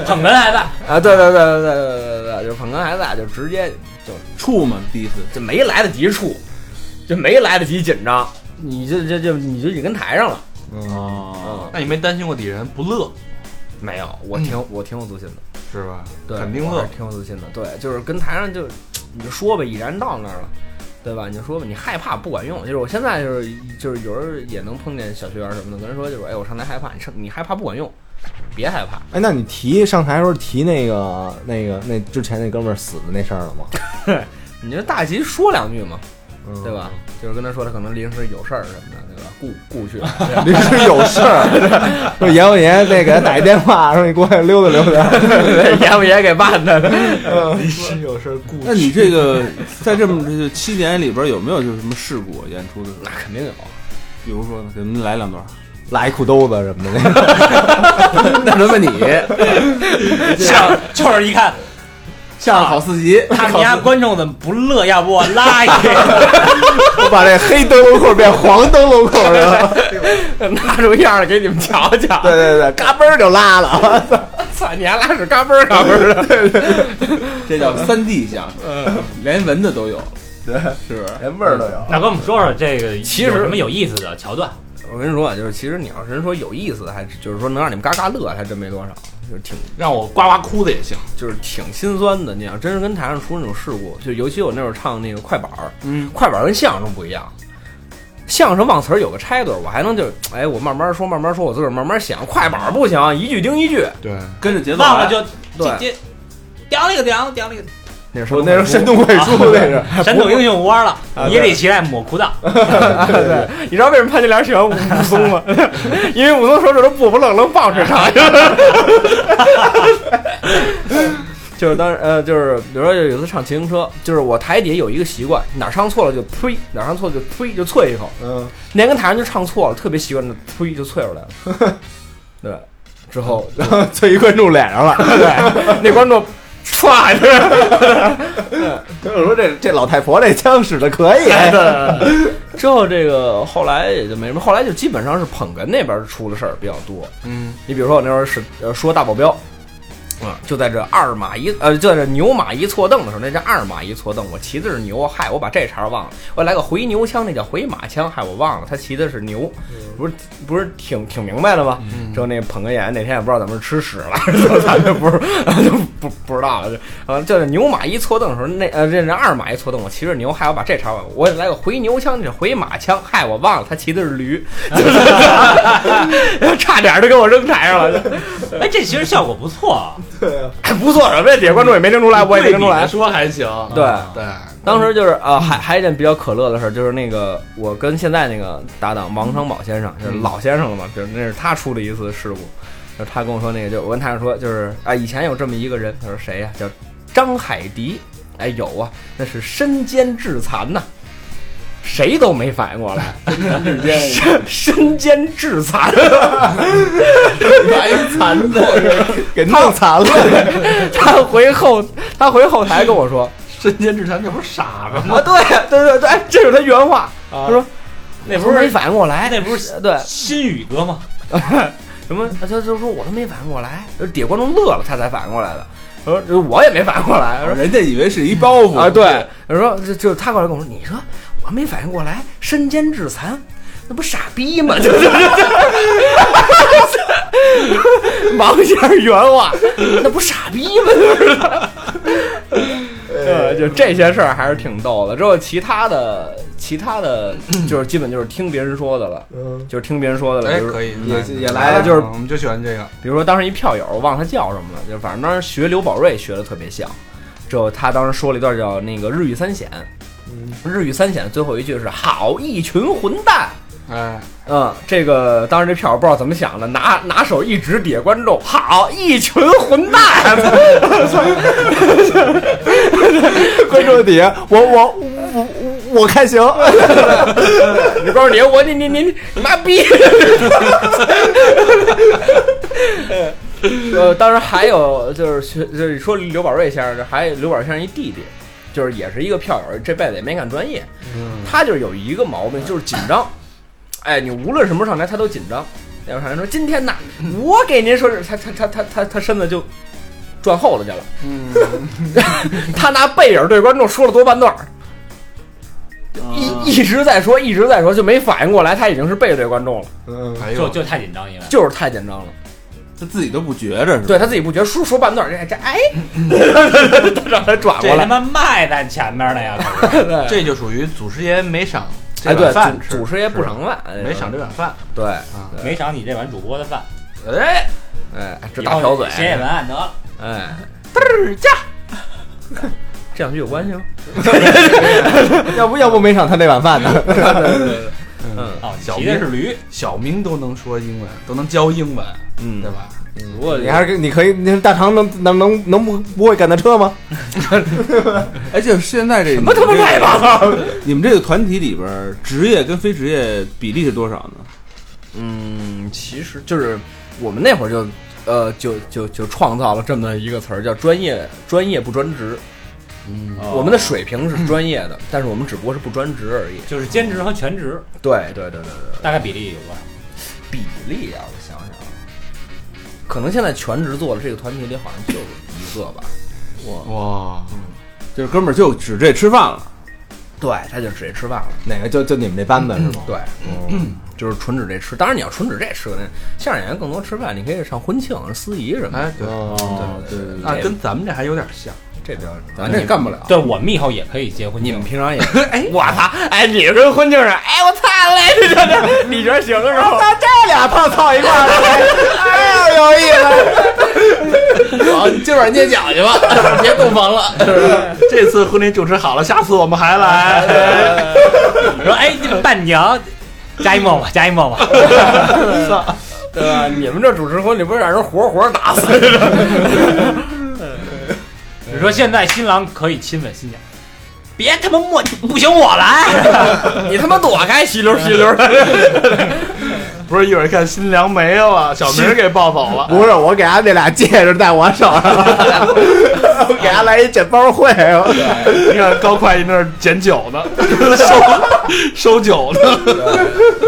Speaker 8: 捧哏还在，
Speaker 2: 啊，对对对对对对对对，就是捧哏还在，就直接
Speaker 4: 处嘛，第一次。
Speaker 2: 就没来得及处，就没来得及紧张，你就这就你就已经跟台上了。
Speaker 5: 嗯
Speaker 4: 哦，
Speaker 1: 那你没担心过底人不乐
Speaker 2: 没有，我挺、我挺有自信的，
Speaker 1: 是吧？
Speaker 2: 对，
Speaker 1: 肯定
Speaker 2: 我还
Speaker 1: 乐
Speaker 2: 是。挺有自信的。对，就是跟台上就你就说吧，已然到那儿了。对吧？你就说吧，你害怕不管用。就是我现在就是就是有时候也能碰见小学员什么的，跟人说就是哎，我上台害怕，你上你害怕不管用，别害怕。
Speaker 5: 哎，那你提上台的时候提那个那个那之前那哥们儿死的那事儿了吗？
Speaker 2: 你就大吉说两句嘛，
Speaker 5: 嗯
Speaker 2: 对？吧？就是跟他说他可能临时有事儿什么的，对吧？故故去了，
Speaker 5: 临时嗯有事儿， 说阎王爷那给他打一电话，说你过来溜达溜达。
Speaker 2: 阎王爷给办的。
Speaker 5: 临时有事儿故
Speaker 4: 那你这个在这么这七年里边有没有就是什么事故？啊演出的时候，
Speaker 2: 那肯定有，
Speaker 4: 比如说呢，给我们来两 段。
Speaker 5: 拉一裤兜子什么的那个。
Speaker 4: 那他妈你
Speaker 13: 像就是一 看
Speaker 4: 上好四级，
Speaker 13: 他们家观众怎么不乐， 要不我拉一个。
Speaker 5: 我把这黑灯笼裤变黄灯笼裤了。
Speaker 2: 拉出样儿来给你们瞧瞧。
Speaker 10: 对对对，嘎嘣儿就拉了。
Speaker 2: 操，你还拉屎嘎嘣儿嘎嘣儿的，
Speaker 4: 这叫三 D 相声，
Speaker 2: 嗯
Speaker 4: 连蚊子都有，
Speaker 10: 对，
Speaker 4: 是不是？
Speaker 10: 连味儿都有。
Speaker 8: 大哥，我们说说这个
Speaker 2: 其实
Speaker 8: 有什么有意思的桥段？
Speaker 2: 我跟你说啊，就是其实你要是说有意思的，还就是说能让你们嘎嘎乐，还真没多少，就是挺
Speaker 4: 让我呱呱哭的也行。
Speaker 2: 就是挺心酸的。你要真是跟台上出那种事故，就尤其我那会儿唱那个快板儿，
Speaker 4: 嗯，
Speaker 2: 快板儿跟相声不一样。相声忘词儿有个拆对儿，我还能就是，哎，我慢慢说，慢慢说，我自个儿慢慢想。快板儿不行，一句盯一句。
Speaker 4: 对，跟着节奏来。
Speaker 8: 忘了就
Speaker 2: 对
Speaker 8: 这 这，屌了个屌，屌了个，
Speaker 2: 那是
Speaker 10: 我那是山东卫书，那是
Speaker 8: 神总英雄无二了，
Speaker 2: 啊
Speaker 8: 也得期待抹裤 裆。
Speaker 2: 对，你知道为什么潘金莲喜欢武武松吗？ 因为武松手指头不不愣愣棒槌上去了。 就是当时呃，就是比如说有一次唱骑行车，就是我台底下有一个习惯，哪儿唱错了就呸，哪儿唱错了就呸，就啐一口。
Speaker 10: 嗯，
Speaker 2: 那天跟台上就唱错了，特别习惯的呸就啐出来了。对，之后
Speaker 10: 然 后啐一观众脸上了。
Speaker 2: 对那观众歘一下，
Speaker 10: 所以我说这这老太婆这枪使的可 以。
Speaker 2: 之后这个后来也就没什么，后来就基本上是捧哏那边出的事儿比较多。
Speaker 4: 嗯，
Speaker 2: 你比如说我那会儿是呃说大保镖，啊，就在这二马一呃就在这牛马一错蹬的时候，那叫二马一错蹬，我骑的是牛，嗨，我把这茬儿忘了，我来个回牛枪，那叫回马枪，嗨，我忘了，他骑的是牛，不是不是挺挺明白的吗？之后那捧哏演员那天也不知道怎么吃屎了， 咱就不是就不不知道了，就啊就是牛马一错蹬的时候，那呃这是二马一错蹬，我骑着牛，嗨，我把这茬儿忘了，我来个回牛枪，那是回马枪，嗨，我忘了，他骑的是驴，就是 差点儿就给我扔台上了。 哎
Speaker 8: 哎，这其实效果不错啊。
Speaker 2: 不错，什么呀？底下观众也没听出来，我也没听出来。
Speaker 4: 说还行。
Speaker 2: 对，
Speaker 4: 对，
Speaker 2: 当时就是
Speaker 10: 嗯
Speaker 2: 啊，还还有一件比较可乐的事儿，就是那个我跟现在那个搭档王长宝先生，
Speaker 10: 嗯
Speaker 2: 就是老先生了嘛，就是那是他出了一次事故，就是他跟我说那个，就我跟他说，就是啊，以前有这么一个人，他说谁呀、叫张海迪，哎，有啊，那是身兼志残呐、谁都没反应过 来，身身兼志残，
Speaker 4: 白 残的，
Speaker 10: 给弄残了。
Speaker 2: 他回后他回后台跟我说，
Speaker 4: 身兼志残，这不是傻吗？
Speaker 2: 啊，对对对对，哎这是他原话，他说
Speaker 8: 那
Speaker 2: 不
Speaker 8: 不
Speaker 2: 是没
Speaker 8: 是
Speaker 2: 反应过来，
Speaker 8: 那不是
Speaker 2: 对
Speaker 8: 新宇哥吗？
Speaker 2: 什么？他就说我都没反应过来，就是底下观众乐了，他才反应过来的。他说这我也没反应过来，
Speaker 4: 人家以为是一包
Speaker 2: 他
Speaker 4: 袱
Speaker 2: 说啊，对，他说就就他过来跟我说，你说我没反应过来，身兼志残，那不傻逼吗？就是 王先生原话，那不傻逼吗？就是。呃，就这些事儿还是挺逗的。之后其他的，其他的就是基本就是听别人说的了，
Speaker 10: 嗯，
Speaker 2: 就是听别人说的了。
Speaker 4: 哎，
Speaker 2: 比如
Speaker 4: 可以，
Speaker 10: 也
Speaker 4: 嗯
Speaker 10: 也来了，就是
Speaker 4: 我们就喜欢这个。
Speaker 2: 比如说当时一票友，我忘了他叫什么了，就反正当时学刘宝瑞学的特别像。之后他当时说了一段叫那个日语三险，
Speaker 10: 嗯
Speaker 2: 日语三险最后一句是“好一群混蛋
Speaker 4: 哎，”。
Speaker 2: 嗯，这个当时这票友不知道怎么想的，拿拿手一指底下观众，好一群混蛋，
Speaker 10: 观众底下，我我我我看行。
Speaker 2: 你告诉你我你你你你妈逼！呃，当然还有就是学就是说刘宝瑞先生，这还有刘宝瑞先生一弟弟，就是也是一个票友，这辈子也没干专业，他就是有一个毛病，就是紧张。哎，你无论什么时候上台，他都紧张。那会儿上台说今天呐，我给您说是，他他他他他他身子就转后头去了， 他拿背影对观众说了多半段儿。一一直在说，一直在说，就没反应过来，他已经是背对观众了，
Speaker 10: 嗯，
Speaker 4: 哎
Speaker 8: 就
Speaker 4: 呦，
Speaker 8: 就太紧张，因为
Speaker 2: 就是太紧张了。
Speaker 4: 他自己都不觉着是吧？
Speaker 2: 对他自己不觉得，说说半段，这这哎，让他转过
Speaker 8: 这他
Speaker 2: 来。
Speaker 8: 妈卖在前面呢呀！可是
Speaker 4: 这就属于祖师爷没赏
Speaker 2: 哎，
Speaker 4: 这
Speaker 2: 对
Speaker 4: 碗饭，吃，
Speaker 2: 祖祖师爷不赏饭，哎
Speaker 4: 没赏这碗饭。
Speaker 2: 对，
Speaker 8: 没赏你这碗主播的饭，
Speaker 2: 哎哎， 这
Speaker 8: 以
Speaker 2: 大
Speaker 8: 后
Speaker 2: 瓢嘴，
Speaker 8: 写写文案得了。
Speaker 2: 哎，嘚儿驾，这两句有关系吗？
Speaker 10: 要不要不没赏他那碗饭呢？
Speaker 8: 哦，你
Speaker 4: 小
Speaker 8: 骑的是驴，
Speaker 4: 小明都能说英文，都能教英文，
Speaker 2: 嗯
Speaker 4: 对，吧？
Speaker 2: 不过
Speaker 10: 你还是你可以，你大肠能能能能不不会赶他车吗？
Speaker 4: 哎，就是现在这什
Speaker 2: 什么他妈乱七八糟？
Speaker 4: 你们这个团体里边儿，职业跟非职业比例是多少呢？
Speaker 2: 嗯，其实就是我们那会儿就呃就就就创造了这么一个词儿，叫专业专业不专职。我们的水平是专业的，但是我们只不过是不专职而已。
Speaker 8: 就是兼职和全职
Speaker 2: 对对对对对，
Speaker 8: 大概比例有多少？
Speaker 2: 比例啊，我想想，啊，可能现在全职做的这个团体里好像就一个吧。
Speaker 10: 哇，
Speaker 4: 就是哥们儿就指这吃饭了，
Speaker 2: 对，他就直接吃饭了。
Speaker 10: 哪个就就你们这班子是吗？
Speaker 2: 对，就是纯指这吃。当然你要纯指这吃，那相声演员更多吃饭，你可以上婚庆、司仪什么的。
Speaker 5: 哎，对，
Speaker 10: 哦，
Speaker 4: 对对
Speaker 1: 啊
Speaker 5: 那跟咱们这还有点像。
Speaker 2: 这比较，
Speaker 4: 咱这干不了。
Speaker 8: 对我们以后也可以结婚，
Speaker 2: 你们平常也， 哎，我操，哎，你跟婚庆上，哎，我操嘞，这这，你觉得行是吧？
Speaker 10: 那这俩胖操一块儿了， 哎呦有意思！
Speaker 2: 好，今晚捏脚去吧， 别洞房了。
Speaker 5: 这次婚礼主持好了，下次我们还来。
Speaker 8: 你 说哎，这伴娘加一默吧，加一默吧，
Speaker 2: 对吧？你们这主持婚礼不是让人活活打死？
Speaker 8: 你说现在新郎可以亲吻新娘，别他妈磨叽，不行我来。
Speaker 2: 你他妈躲开，吸溜吸溜的。
Speaker 5: 不是一会儿看新娘没了，小明给抱走了。
Speaker 10: 不是，我给他那俩戒指在我手上，我给他来一剪包会，
Speaker 5: 你看高会计那儿捡酒呢，收收酒呢。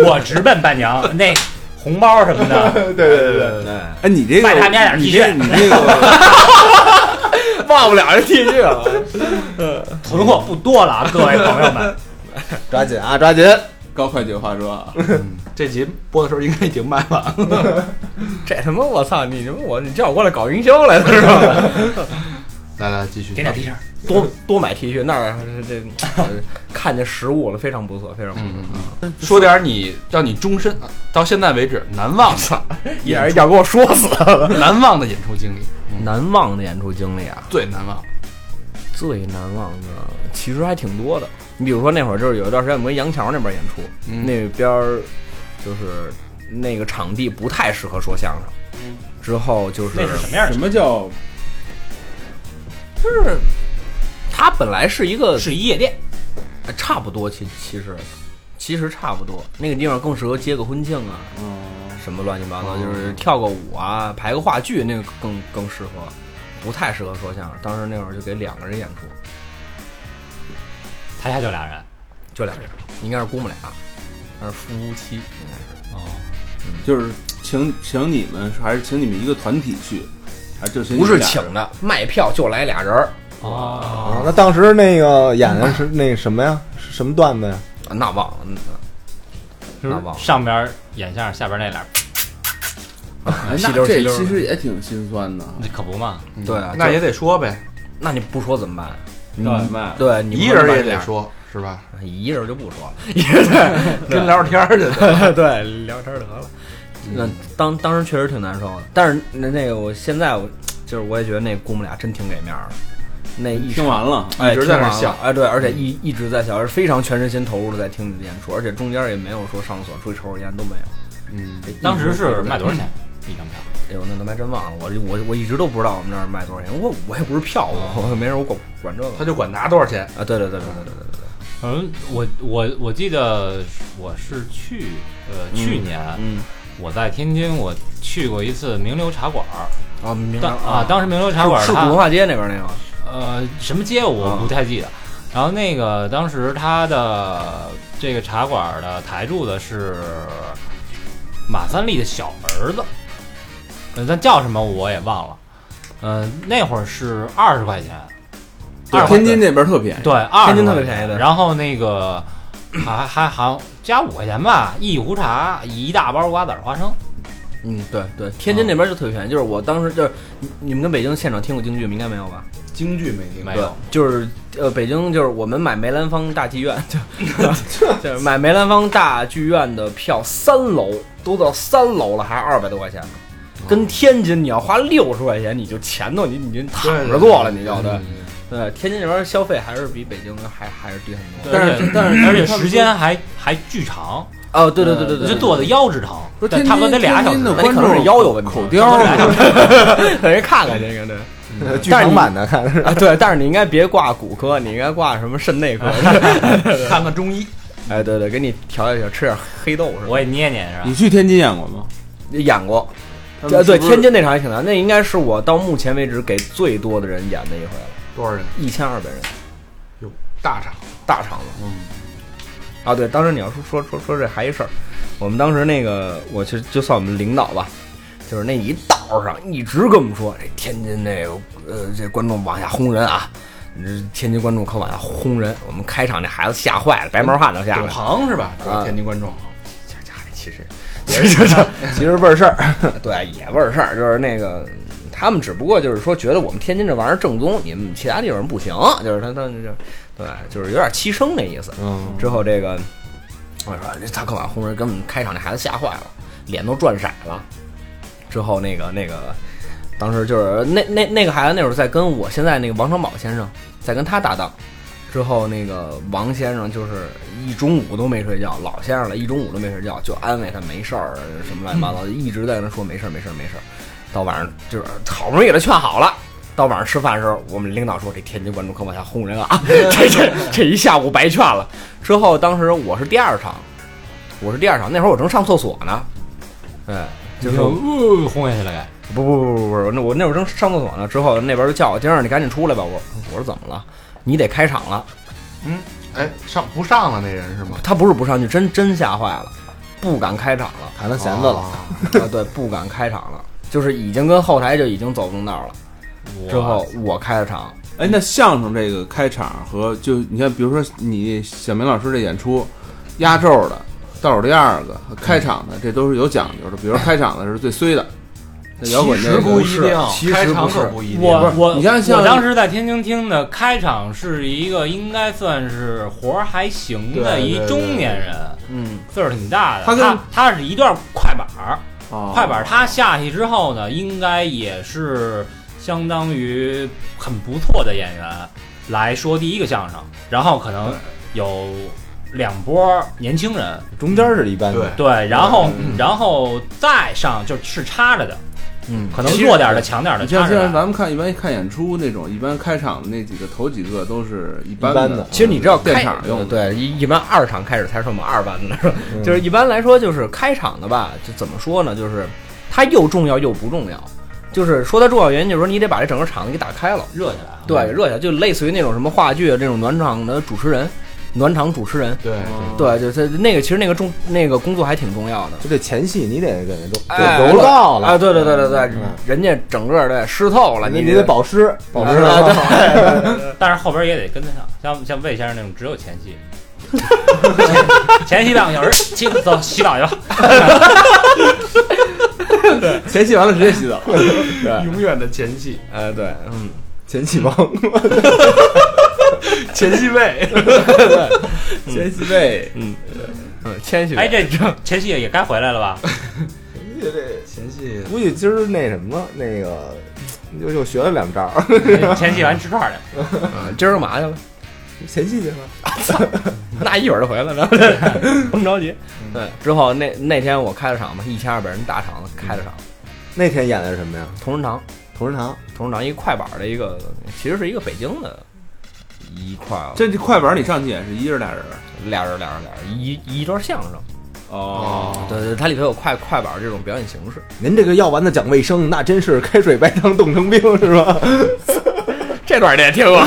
Speaker 8: 我直奔伴娘，那红包什么的，
Speaker 10: 对对对对，
Speaker 4: 哎，你这个
Speaker 8: 卖他们家点儿 T
Speaker 4: 你这
Speaker 8: 恤
Speaker 4: 你这 个
Speaker 2: 忘不了人啊 T 恤 了。
Speaker 8: 囤货不多了啊，各位朋友们。
Speaker 10: 抓紧啊，抓紧！
Speaker 4: 高会计有话说 啊，
Speaker 5: 这集播的时候应该已经卖完了。
Speaker 2: 这他妈我操！你他妈我你叫我过来搞营销来了是吧？
Speaker 5: 来来，继续
Speaker 8: 给。点 T 恤，
Speaker 2: 多多买 T 恤，那儿 这这看见实物了，非常不错，非常不错。
Speaker 5: 嗯嗯，说点儿你让你终身
Speaker 1: 啊
Speaker 5: 到现在为止难忘的
Speaker 2: 一
Speaker 5: 演
Speaker 2: 点要给我说死！
Speaker 5: 难忘的演出经历，
Speaker 2: 难忘的演出经历啊，
Speaker 5: 最难忘。
Speaker 2: 最难忘的其实还挺多的。你比如说那会儿就是有一段时间我们跟杨桥那边演出，
Speaker 5: 嗯
Speaker 2: 那边儿就是那个场地不太适合说相声。之后就是
Speaker 8: 嗯那是什么样的
Speaker 4: 什？么叫
Speaker 2: 就是它本来是一个
Speaker 8: 是一夜店，
Speaker 2: 哎差不多，其其实其实差不多，那个地方更适合接个婚庆啊，
Speaker 8: 哦
Speaker 2: 什么乱七八糟，就是跳个舞啊，排个话剧，那个更更适合，不太适合说相声。当时那会儿就给两个人演出，
Speaker 8: 台下就俩人。
Speaker 2: 就两个人，应该是姑母俩，还是夫妻，应该
Speaker 5: 嗯
Speaker 2: 是
Speaker 8: 哦，
Speaker 4: 就是请请你们还是请你们一个团体去，还是就请你
Speaker 2: 不
Speaker 4: 们
Speaker 2: 是
Speaker 4: 俩人
Speaker 2: 请的，卖票就来俩人儿，
Speaker 8: 哦
Speaker 10: 啊，那当时那个演的是那什么呀？是什么段子呀？
Speaker 2: 啊那忘了，嗯那忘了，
Speaker 8: 上边眼相，下边那俩，
Speaker 4: 哎
Speaker 2: 吸
Speaker 4: 那
Speaker 2: 溜吸
Speaker 4: 这
Speaker 2: 溜
Speaker 4: 其实也挺心酸的啊，
Speaker 8: 那可不嘛。
Speaker 2: 对啊，
Speaker 5: 嗯那
Speaker 2: 就
Speaker 5: 也得说呗，
Speaker 2: 那你不说怎么办？
Speaker 4: 明白？
Speaker 2: 对，你不
Speaker 5: 一
Speaker 2: 能
Speaker 5: 人
Speaker 2: 办
Speaker 5: 也
Speaker 2: 这
Speaker 5: 得
Speaker 2: 样，
Speaker 5: 说，是吧？
Speaker 2: 一人就不说了，一人
Speaker 5: 跟聊聊天儿去嗯的。
Speaker 2: 对，聊天得了。那当当时确实挺难受的，但是那那个我现在我就是我也觉得那姑母俩真挺给面儿的，那一
Speaker 4: 听完了，
Speaker 2: 哎
Speaker 5: 一直在那儿
Speaker 2: 听完了
Speaker 5: 笑嗯
Speaker 2: 哎对，而且一一直在笑，而非常全身心投入的在听你的演出，而且中间也没有说上厕所出去抽根烟都没有。
Speaker 5: 嗯，
Speaker 2: 这一直
Speaker 8: 当时是卖多少钱一张票？
Speaker 2: 哎呦，那他妈真忘了，我我我一直都不知道我们那儿卖多少钱，我我也不是票务，我没人我管管这个
Speaker 5: 他就管拿多少钱。
Speaker 2: 啊！对对对对对对对对，
Speaker 8: 嗯，我我我记得我是去呃去年
Speaker 2: 嗯，
Speaker 8: 我在天津我去过一次名流茶馆儿，
Speaker 2: 啊明白
Speaker 8: 当啊当时名流茶馆儿
Speaker 2: 是是
Speaker 8: 它
Speaker 2: 古文化街那边那个，
Speaker 8: 呃，什么街我不太记得。然后那个当时他的这个茶馆的台柱子是马三立的小儿子，呃，但叫什么我也忘了。嗯、那会儿是二十块钱，
Speaker 4: 对
Speaker 8: 二
Speaker 4: 天津那边特便宜，
Speaker 8: 对，二
Speaker 2: 天津特别便宜的
Speaker 8: 然后那个还还还加五块钱吧，一壶茶，一大包瓜子儿花生。
Speaker 2: 嗯，对对，天津那边就特别便宜，就是我当时就是你你们跟北京现场听过京剧吗？应该没有吧？
Speaker 5: 京剧没听
Speaker 8: 没
Speaker 2: 对
Speaker 8: 有，
Speaker 2: 就是呃，北京就是我们买梅兰芳大剧院，就 就是买梅兰芳大剧院的票，三楼都到三楼了，还二百多块钱呢。跟天津你要花六十块钱，你就前头你你就躺着坐了，你就对对。天津那边消费还是比北京还还是低很多。
Speaker 4: 但是
Speaker 8: 而且
Speaker 4: 但是
Speaker 8: 而且
Speaker 4: 他们
Speaker 8: 时间还还巨长，
Speaker 2: 哦，对对对对对，
Speaker 8: 就
Speaker 2: 对
Speaker 8: 坐的腰直疼，
Speaker 4: 不是天
Speaker 8: 但
Speaker 4: 津
Speaker 8: 差不多得俩小
Speaker 4: 天津
Speaker 8: 时
Speaker 4: 的。
Speaker 2: 那可能是腰有问题，
Speaker 4: 口雕 儿
Speaker 2: 等人看看这个对。
Speaker 10: 剧场版的看的是
Speaker 2: 啊，对，但是你应该别挂骨科，你应该挂什么肾内 科。
Speaker 5: 看看中医，
Speaker 2: 哎，对对，给你调一调，吃点黑豆是吧？
Speaker 8: 我也捏捏是吧
Speaker 4: 你？去天津演过吗？
Speaker 2: 演过，
Speaker 4: 他们
Speaker 2: 呃，对，
Speaker 4: 是不是
Speaker 2: 天津那场也挺难，那应该是我到目前为止给最多的人演的一回了，
Speaker 5: 多少人？
Speaker 2: 一千二百人，
Speaker 5: 大场。
Speaker 2: 大场子。嗯。啊，对，当时你要说说说说这还一事儿，我们当时那个，我其实就算我们领导吧，就是那一道上一直跟我们说，这天津这个呃这观众往下轰人啊，这天津观众可往下轰人。我们开场那孩子吓坏了，白毛汗都吓
Speaker 8: 董
Speaker 2: 了。
Speaker 8: 航是吧？
Speaker 2: 啊
Speaker 8: 天津观众，
Speaker 2: 这家伙其实其实就是 其实味儿事 儿，对，也味儿事儿，就是那个。他们只不过就是说，觉得我们天津这玩意儿正宗，你们其他地方不行，就是他他就，对，就是有点欺生那意思。
Speaker 10: 嗯，
Speaker 2: 之后这个，我说这大客晚红人给我们开场那孩子吓坏了，脸都转色了。之后那个那个，当时就是那那那个孩子那会儿在跟我现在那个王成宝先生在跟他搭档，之后那个王先生就是一中午都没睡觉，老先生了一中午都没睡觉，就安慰他没事儿什么乱七八糟，一直在跟他说没事儿没事儿没事儿，到晚上就是好不容易给他劝好了。到晚上吃饭的时候，我们领导说这天津观众可往下轰人了啊！这这这一下午白劝了。之后当时我是第二场，我是第二场，那会儿我正上厕所呢，哎，
Speaker 8: 就是呃轰下去了，该
Speaker 2: 不不不不不是，那我那会儿正上厕所呢，之后那边就叫我，今儿你赶紧出来吧。我我说怎么了？你得开场了。
Speaker 1: 哎，上不上了那人是吗？
Speaker 2: 他不是不上去，真真吓坏了，不敢开场了。
Speaker 10: 弹了弦子了，
Speaker 1: 啊
Speaker 2: 啊，对，不敢开场了，就是已经跟后台就已经走正道了。之后我开的场，
Speaker 4: 哎，那相声这个开场和就你看，比如说你小明老师这演出，压轴的、倒数第二个、和开场的，这都是有讲究的。比如开场的是最衰的，那摇滚这
Speaker 8: 其实不
Speaker 4: 个啊
Speaker 8: 一定
Speaker 4: 其实
Speaker 1: 开场
Speaker 4: 不是
Speaker 1: 可不一定。
Speaker 8: 我我
Speaker 4: 你像像
Speaker 8: 我当时在天津听的开场是一个应该算是活儿还行的
Speaker 1: 对对
Speaker 8: 一
Speaker 1: 对
Speaker 8: 中年人，
Speaker 2: 嗯，
Speaker 8: 岁数挺大的。
Speaker 4: 他
Speaker 8: 他
Speaker 4: 跟
Speaker 8: 他是一段快板儿，
Speaker 4: 哦
Speaker 8: 快板儿他下去之后呢，应该也是相当于很不错的演员来说第一个相声，然后可能有两波年轻人，
Speaker 10: 中间是一般的，
Speaker 8: 对，然后然后再上就是插着的，
Speaker 2: 嗯，
Speaker 8: 可能
Speaker 4: 其实
Speaker 8: 弱点儿的强点儿的
Speaker 4: 你像
Speaker 8: 插
Speaker 4: 现
Speaker 8: 着
Speaker 4: 在
Speaker 8: 的。
Speaker 4: 咱们看一般看演出那种，一般开场的那几个头几个都是一般啊
Speaker 10: 一般的
Speaker 2: 其实你知道开
Speaker 4: 电场用的，
Speaker 2: 对，一一般二场开始才是我们二班的，
Speaker 10: 嗯
Speaker 2: 就是一般来说就是开场的吧，就怎么说呢，就是它又重要又不重要。就是说它重要原因，就是说你得把这整个场子给打开了，
Speaker 8: 热起来啊，
Speaker 2: 对，热起来就类似于那种什么话剧啊这种暖场的主持人，暖场主持人，
Speaker 1: 对，
Speaker 2: 对，就是那个其实那个重那个工作还挺重要的。
Speaker 10: 就这前戏你得给人都
Speaker 2: 哎
Speaker 10: 给揉到了
Speaker 2: 啊，对对对对对
Speaker 10: 嗯，
Speaker 2: 人家整个对湿透
Speaker 8: 哎
Speaker 2: 了，
Speaker 10: 你
Speaker 2: 你
Speaker 10: 你 得保湿，保湿
Speaker 2: 啊
Speaker 10: 了，
Speaker 8: 但是后边也得跟得上，像像魏先生那种只有前戏，前戏半个小时，起走洗澡去吧。
Speaker 4: 前戏完了直接洗 澡。
Speaker 1: 永远的前戏，
Speaker 2: 哎对，嗯，
Speaker 10: 前戏王，
Speaker 1: 前戏 位。
Speaker 4: 前戏位，
Speaker 2: 嗯，谦虚。
Speaker 8: 哎，这这前戏也该回来了吧？
Speaker 1: 前戏
Speaker 10: 估计今儿那什么那个又又学了两招，
Speaker 8: 前戏完吃串儿去。
Speaker 2: 啊今儿干嘛去了？
Speaker 10: 前戏去了，
Speaker 2: 那一会儿就回来了， 甭着急。对，之后那那天我开了场嘛，一千二百人大场子开了场，
Speaker 10: 那天演的是什么呀？
Speaker 2: 同仁堂，
Speaker 10: 同仁堂，
Speaker 2: 同仁堂一快板的一个，其实是一个北京的，一块儿
Speaker 4: 这这快板你上去演是一人俩人？
Speaker 2: 俩人俩人俩人一一段相声，
Speaker 4: 哦，
Speaker 2: 对对，它里头有快快板这种表演形式，
Speaker 10: 您这个药丸子讲卫生，那真是开水白糖冻成冰是吧？
Speaker 2: 这段你也听过。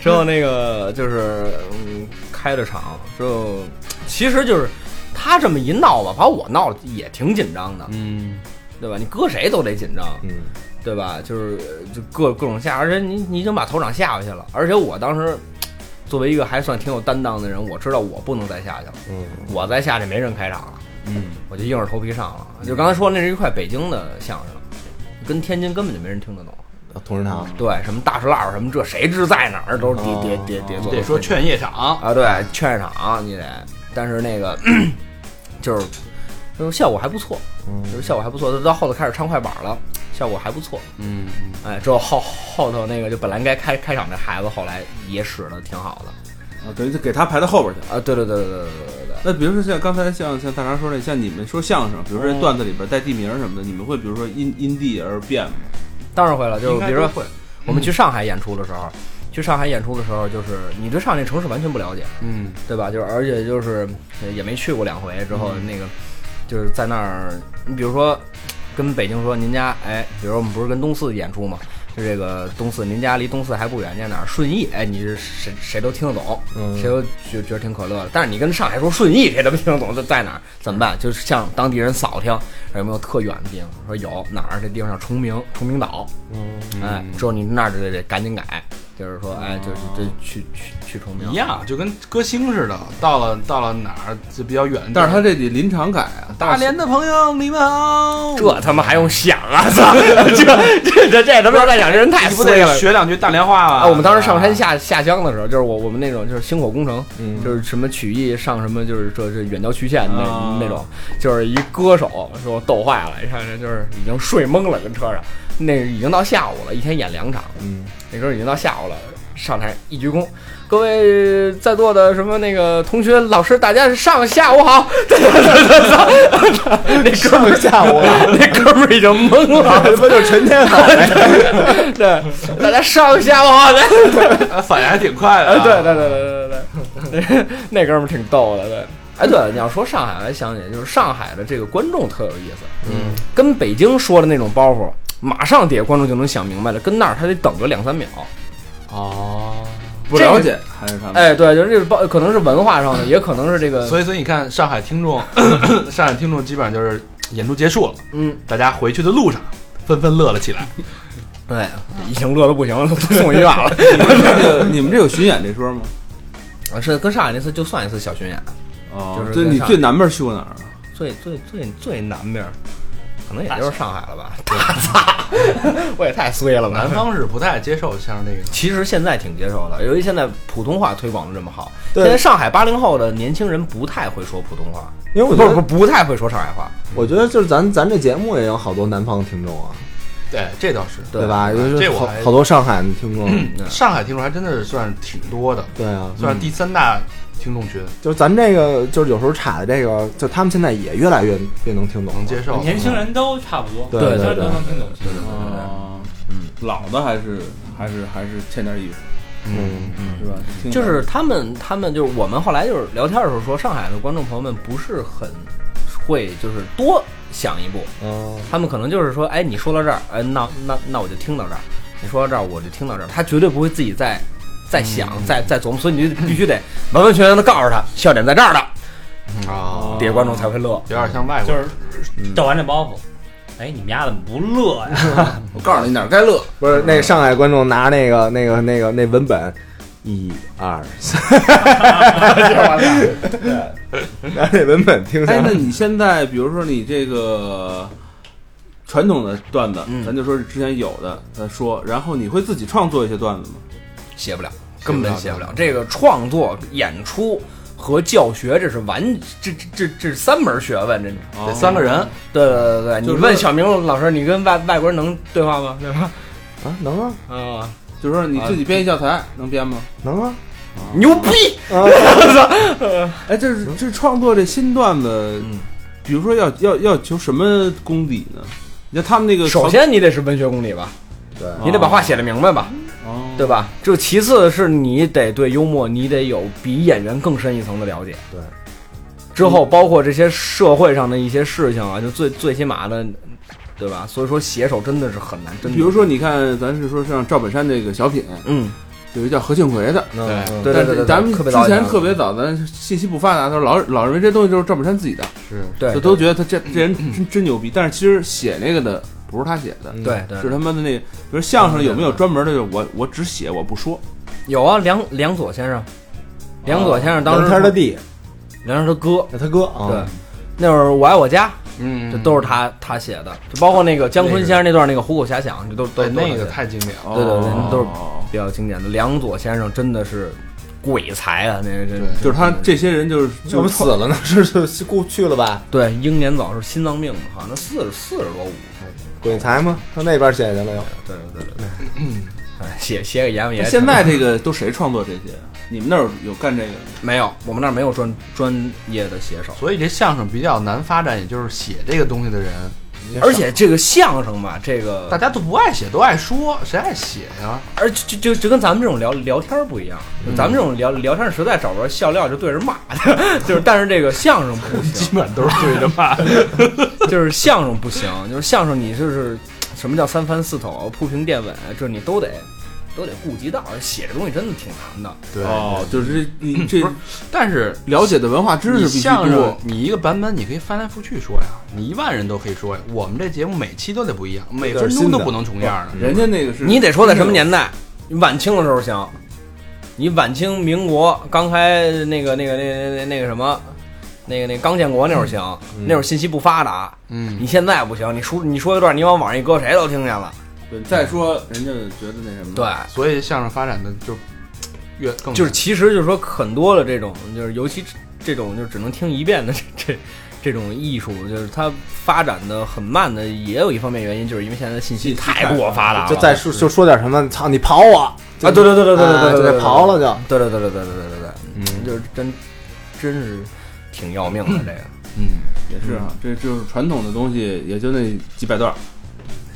Speaker 2: 之后那个就是嗯，开了场之后，其实就是他这么一闹吧，把我闹得也挺紧张的，
Speaker 4: 嗯，
Speaker 2: 对吧？你搁谁都得紧张，
Speaker 10: 嗯，
Speaker 2: 对吧？就是呃就各各种吓，而且你你已经把头场吓回去了，而且我当时作为一个还算挺有担当的人，我知道我不能再下去了，
Speaker 10: 嗯，
Speaker 2: 我再下去没人开场了，
Speaker 4: 嗯，
Speaker 2: 我就硬着头皮上了。就刚才说那是一块北京的相声，跟天津根本就没人听得懂。
Speaker 10: 同仁堂，
Speaker 2: 对，什么大石烂儿什么这谁知在哪儿都是得得得得得
Speaker 1: 你哦得说劝业场，
Speaker 2: 啊，对，劝场你得，但是那个就是就是效果还不错，
Speaker 1: 嗯
Speaker 2: 就是效果还不错。到后头开始唱快板了，效果还不错。
Speaker 1: 嗯，
Speaker 2: 哎，之后后后头那个就本来应该开开场那孩子，后来也使的挺好的
Speaker 4: 啊等于就给他排到后边去了。
Speaker 2: 啊！对对对对对对对对，
Speaker 4: 那比如说像刚才像像大肠说那，像你们说相声，比
Speaker 10: 哦
Speaker 4: 如说这段子里边带地名什么的，你们会比如说因因地而变吗？
Speaker 2: 当然会了。就
Speaker 1: 应
Speaker 2: 是
Speaker 1: 该
Speaker 2: 比如说
Speaker 1: 都会，嗯
Speaker 2: 我们去上海演出的时候，去上海演出的时候，就是你对上海这城市完全不了解，
Speaker 1: 嗯，
Speaker 2: 对吧？就是而且就是呃也没去过两回，之后那个就是在那儿，你比如说跟北京说您家，哎，比如我们不是跟东四演出嘛，就这个东四，您家离东四还不远，在哪儿？顺义，哎，你是谁谁都听得懂，谁都觉觉得挺可乐的。但是你跟上海说顺义，谁都没听得懂，这在哪儿？怎么办？就是向当地人扫听，有没有特远的地方？说有哪儿？这地方叫崇明，崇明岛。嗯，哎，之后你那儿就得得赶紧改，就是说，哎，就是这去去去崇明
Speaker 1: 一。样，就跟歌星似的，到了到了哪儿就比较远，
Speaker 4: 但是他这得临场改啊，
Speaker 1: 大连的朋友你们好，
Speaker 2: 这他妈还用想啊！ 操，这这这这他妈在想，这人太
Speaker 1: 你不
Speaker 2: 碎
Speaker 1: 得
Speaker 2: 了。
Speaker 1: 学两句大连话吗？
Speaker 2: 啊，我们当时上山下下乡的时候，就是我我们那种就是星火工程，
Speaker 1: 嗯
Speaker 2: 就是什么曲艺上什么就是这这远郊区县那、
Speaker 1: 啊
Speaker 2: 那种，就是一歌手说逗坏了，一看这就是已经睡懵了，跟车上，那已经到下午了，一天演两场，
Speaker 10: 嗯，
Speaker 2: 那时候已经到下午了，上台一鞠躬。各位在座的什么那个同学、老师，大家上下午 好。那哥们儿
Speaker 10: 下午了，
Speaker 2: 那哥们儿已经懵 了，
Speaker 10: 他妈就陈天好呗，
Speaker 2: 对，大家上下午好。来
Speaker 1: 啊反应还挺快的
Speaker 2: 哎，
Speaker 1: 啊，
Speaker 2: 对对对对对对对，那哥们儿挺逗的，对。哎，对了，你要说上海，我还想起来，就是上海的这个观众特有意思，嗯，跟北京说的那种包袱，马上底下观众就能想明白了，跟那儿他得等个两三秒。
Speaker 14: 哦，
Speaker 4: 不了解还是他们
Speaker 2: 哎，对，就是这个包，可能是文化 上的，也可能是这个，
Speaker 1: 所以所以你看上海听众， 上海听众基本上就是演出结束了，
Speaker 2: 嗯，
Speaker 1: 大家回去的路上纷纷乐了起来，
Speaker 2: 对，已经乐的不行了，都送医院了。
Speaker 4: 你们这个你们这有巡演这说吗？
Speaker 2: 是跟上海那次就算一次小巡演，
Speaker 4: 哦
Speaker 2: 就是
Speaker 4: 对，
Speaker 2: 在
Speaker 4: 你
Speaker 2: 上
Speaker 4: 最南边去过哪儿啊？
Speaker 2: 最最最最南边儿，可能也就是上海了吧。 大操，我也太衰了吧！
Speaker 1: 南方是不太接受像那个
Speaker 2: 其实现在挺接受的，由于现在普通话推广的这么好，
Speaker 10: 对
Speaker 2: 现在上海八零后的年轻人不太会说普通话，
Speaker 10: 因为我
Speaker 2: 不
Speaker 10: 觉
Speaker 2: 是不
Speaker 10: 得，
Speaker 2: 不太会说上海话，
Speaker 10: 我觉得就是咱咱这节目也有好多南方听众啊，
Speaker 1: 对，这倒是
Speaker 10: 对？吧？就
Speaker 1: 这
Speaker 10: 是
Speaker 1: 我
Speaker 10: 好
Speaker 1: 还
Speaker 10: 好多上海的听众，
Speaker 1: 上海听众还真的是算是挺多的，
Speaker 10: 对啊，
Speaker 1: 算是第三大听众群，
Speaker 10: 就是咱这个就是有时候查的这个，就他们现在也越来越越能听懂了
Speaker 1: 能，接受。
Speaker 8: 年轻人都差不多，
Speaker 10: 对
Speaker 8: 年
Speaker 10: 对
Speaker 8: 轻人都
Speaker 10: 对
Speaker 8: 能听懂。其实
Speaker 4: 哦，老的还是还是还是欠点意思，
Speaker 10: 嗯，
Speaker 4: 是吧？听着
Speaker 2: 就是他们他们就是我们后来就是聊天的时候说，上海的观众朋友们不是很会就是多想一步，
Speaker 10: 哦，
Speaker 2: 他们可能就是说，哎，你说到这儿，哎，那那那我就听到这儿，你说到这儿我就听到这儿，他绝对不会自己再再想再再琢磨，所以你就必须得 完完全全的告诉他，笑点在这儿了，
Speaker 1: 啊，
Speaker 2: 底下观众才会乐。
Speaker 1: 有点像外国
Speaker 8: 就
Speaker 1: 人，
Speaker 8: 是照完这包袱，哎，你们家怎么不乐呀？
Speaker 4: 我告诉你哪儿该乐，
Speaker 10: 不是那上海观众拿那个那个那个那文本，一二三，拿 那文本听
Speaker 4: 哎，
Speaker 10: 下
Speaker 4: 那，你现在比如说你这个传统的段子，咱就说是之前有的，咱说，然后你会自己创作一些段子吗？
Speaker 2: 写不了，根本写不了。这个创作、演出和教学，这是完这这这这是三门学问，这是。
Speaker 1: 得三个人，
Speaker 2: 对对对对，你
Speaker 4: 哦就是
Speaker 2: 问小明老师，你跟外外国人能对话吗？对吧？
Speaker 10: 啊，能啊，
Speaker 2: 啊，
Speaker 4: 就是说你自己编一教材能编吗？
Speaker 10: 能啊，
Speaker 4: 哦
Speaker 2: 牛逼！
Speaker 10: 啊，
Speaker 4: 哎，这是这创作这新段子，比如说要要要求什么功底呢？你看他们那个
Speaker 2: 首先你得是文学功底吧，
Speaker 10: 对，
Speaker 2: 你得把话写得明白吧，
Speaker 4: 哦，
Speaker 2: 对吧？这其次是你得对幽默，你得有比演员更深一层的了解。
Speaker 10: 对。
Speaker 2: 之后包括这些社会上的一些事情啊，就最最起码的，对吧？所以说写手真的是很难，真的。
Speaker 4: 比如，说你看，咱是说像赵本山这个小品，
Speaker 2: 嗯，
Speaker 4: 有一个叫何庆魁的，
Speaker 10: 嗯嗯
Speaker 2: 对对对对，
Speaker 4: 但是咱们
Speaker 2: 特
Speaker 4: 之
Speaker 2: 别早以
Speaker 4: 前
Speaker 2: 了
Speaker 4: 特别早，咱信息不发达的时候，老老认为这东西就是赵本山自己的，
Speaker 2: 对，
Speaker 4: 就都觉得他这这人真真牛逼。但是其实写那个的不是他写的，
Speaker 10: 嗯
Speaker 2: 对嗯对
Speaker 4: 是他妈的那，比如相声有没有专门的，就是我我只写我不说，
Speaker 2: 有啊，梁梁左先生，梁左先生当时
Speaker 10: 梁天儿的弟，
Speaker 2: 梁天儿的歌，
Speaker 10: 他哥
Speaker 2: 对
Speaker 10: 啊，，
Speaker 2: 那会儿我爱我家，
Speaker 1: 嗯
Speaker 2: 这都是他他写的，就包括那个姜昆先生那段那个虎口遐想，这都都
Speaker 1: 对，哎那
Speaker 2: 都
Speaker 1: 个
Speaker 2: 是他写的
Speaker 1: 太经典了。
Speaker 2: 对对对都是
Speaker 4: 哦
Speaker 2: 比较经典的。梁左先生真的是鬼才啊，那个
Speaker 1: 对
Speaker 2: 这
Speaker 4: 就是他这些人就是
Speaker 10: 要
Speaker 4: 就
Speaker 10: 不
Speaker 4: 是
Speaker 10: 死了呢？ 是是故去了吧？
Speaker 2: 对英年早是心脏病，好像四十四十多五，
Speaker 10: 鬼才吗？上那边写去了又，
Speaker 2: 对对对对，哎写写给阎王爷。
Speaker 4: 现在这个都谁创作这些？啊你们那儿有干这个？
Speaker 2: 没有，我们那儿没有专专业的写手。
Speaker 1: 所以这相声比较难发展，也就是写这个东西的人，
Speaker 2: 而且这个相声吧，这个
Speaker 1: 大家都不爱写，都爱说，谁爱写呀？
Speaker 2: 而就就就跟咱们这种聊聊天儿不一样，就咱们这种聊聊天儿实在找不着笑料就对着骂， 就是但是这个相声不行，
Speaker 1: 本都是对着骂。
Speaker 2: 就是相声不行，就是相声你就是什么叫三翻四抖、铺平垫稳，这你都得都得顾及到。而且写这东西真的挺难的，
Speaker 1: 对
Speaker 4: 哦，就是这
Speaker 2: 嗯
Speaker 4: 你这
Speaker 1: 但是
Speaker 4: 了解的文化知识
Speaker 1: 你
Speaker 4: 必须
Speaker 1: 相声
Speaker 4: 多，，
Speaker 1: 你一个版本你可以翻来覆去说呀，你一万人都可以说呀。我们这节目每期都得不一样，每分钟都不能重样的。
Speaker 4: 人家那个是
Speaker 2: 嗯你得说在什么年代，你晚清的时候行，你晚清、民国刚开那个那个那个那个那个什么，那个那个刚建国那会儿行，那会儿信息不发达，
Speaker 1: 嗯，
Speaker 2: 你现在不行，你说你说一段，你往网上一搁，谁都听见了。
Speaker 4: 对再说人家觉得那什么，
Speaker 2: 对，，
Speaker 1: 所以相声发展的就越更
Speaker 2: 就是其实就是说很多的这种，就是尤其这种就是只能听一遍的 这这这种艺术，就是它发展的很慢的，也有一方面原因，就是因为现在的信息
Speaker 4: 信息
Speaker 2: 太过发达了，
Speaker 10: 就再说就说点什么，操你刨我啊！
Speaker 2: 啊啊，对对对对对对
Speaker 10: 就
Speaker 2: 对
Speaker 10: 给
Speaker 2: 对，
Speaker 10: 刨了就。
Speaker 2: 对对对对对对对对，嗯，就是真真是挺要命的这个。
Speaker 4: 也是啊，这就是传统的东西，也就那几百段儿，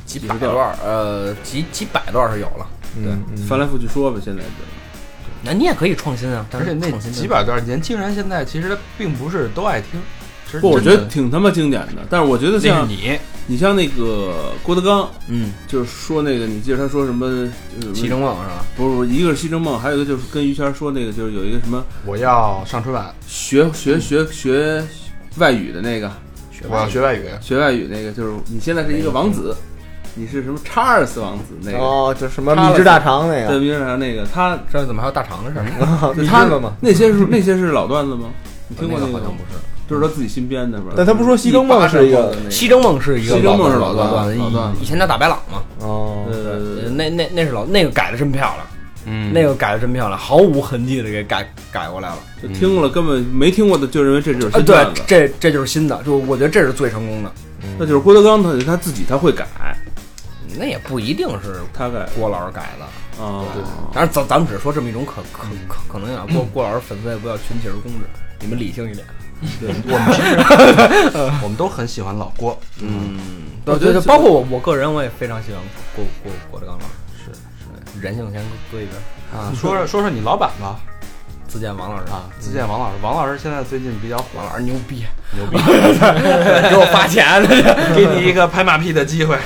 Speaker 2: 几百段儿，呃，几几百段儿是有了，
Speaker 10: 嗯，嗯
Speaker 4: 翻来覆去说吧，现在就
Speaker 2: 那你也可以创新啊，但
Speaker 1: 而且
Speaker 2: 是
Speaker 1: 那
Speaker 2: 创新
Speaker 1: 几百段，年轻人现在其实他并不是都爱听。其实
Speaker 4: 不，我
Speaker 1: 真
Speaker 4: 觉
Speaker 1: 的
Speaker 4: 得挺他妈经典的。但是我觉得
Speaker 1: 那是
Speaker 4: 像
Speaker 1: 你，
Speaker 4: 你像那个郭德纲，
Speaker 2: 嗯，
Speaker 4: 就是说那个，你记得他说什么？呃
Speaker 2: 西征梦是吧？
Speaker 4: 不是不是，一个是西征梦，还有一个就是跟于谦说那个，就是有一个什么
Speaker 1: 我要上春晚，
Speaker 4: 学学学学外语的那个，
Speaker 1: 我要学外语。
Speaker 4: 学外语那个，就是你现在是一个王子，你是什么查尔斯王子那个？
Speaker 10: 哦，就什么米之大肠那
Speaker 4: 对，
Speaker 10: 个，
Speaker 4: 名人堂那个他
Speaker 2: 这怎么还有大肠的事 儿？
Speaker 4: 对
Speaker 10: 你知
Speaker 4: 他
Speaker 10: 道吗？
Speaker 4: 那些是那些是老段子吗？你听过
Speaker 2: 那
Speaker 4: 那
Speaker 2: 个
Speaker 4: 个
Speaker 2: 好像
Speaker 4: 吗
Speaker 2: 不？是。
Speaker 4: 就是他自己新编的吧？
Speaker 10: 但他不说西征梦是一个
Speaker 2: 西征梦是一个
Speaker 4: 西征梦是
Speaker 2: 老
Speaker 4: 老段
Speaker 2: 子
Speaker 4: 老段
Speaker 2: 以以前叫大白朗嘛，
Speaker 10: 哦
Speaker 4: 对，对对
Speaker 2: 呃
Speaker 4: 对，
Speaker 2: 那那那是老那个改的真漂亮，
Speaker 1: 嗯
Speaker 2: 那个改的真漂亮，毫无痕迹的给改改过来了。
Speaker 4: 就听过了根本没听过的，就认为这就是
Speaker 2: 啊，
Speaker 4: 新
Speaker 2: 对
Speaker 4: 段子，。
Speaker 2: 这这就是新的，就我觉得这是最成功的。
Speaker 4: 那就是郭德纲他他自己他会改，
Speaker 2: 那也不一定是
Speaker 4: 他改
Speaker 2: 郭老师改的，
Speaker 4: 啊，
Speaker 2: 当然咱咱们只是说这么一种可可可可能性啊。郭郭老师粉丝也不要群起而攻之，你们理性一点。
Speaker 1: 我们都很喜欢老郭，
Speaker 2: 嗯，
Speaker 4: 我
Speaker 2: 我
Speaker 4: 觉
Speaker 2: 觉
Speaker 4: 得
Speaker 2: 得包括我我个人，我也非常喜欢郭郭郭德纲老师，是是，人性先搁一边，
Speaker 1: 啊，说说说嗯说你老板吧，
Speaker 2: 自荐王老师
Speaker 1: 啊，自荐王老师，王老师现在最近比较火，
Speaker 2: 王老师牛逼，
Speaker 1: 牛 逼，
Speaker 2: 给我发钱
Speaker 1: 给你一个拍马屁的机会。
Speaker 4: 啊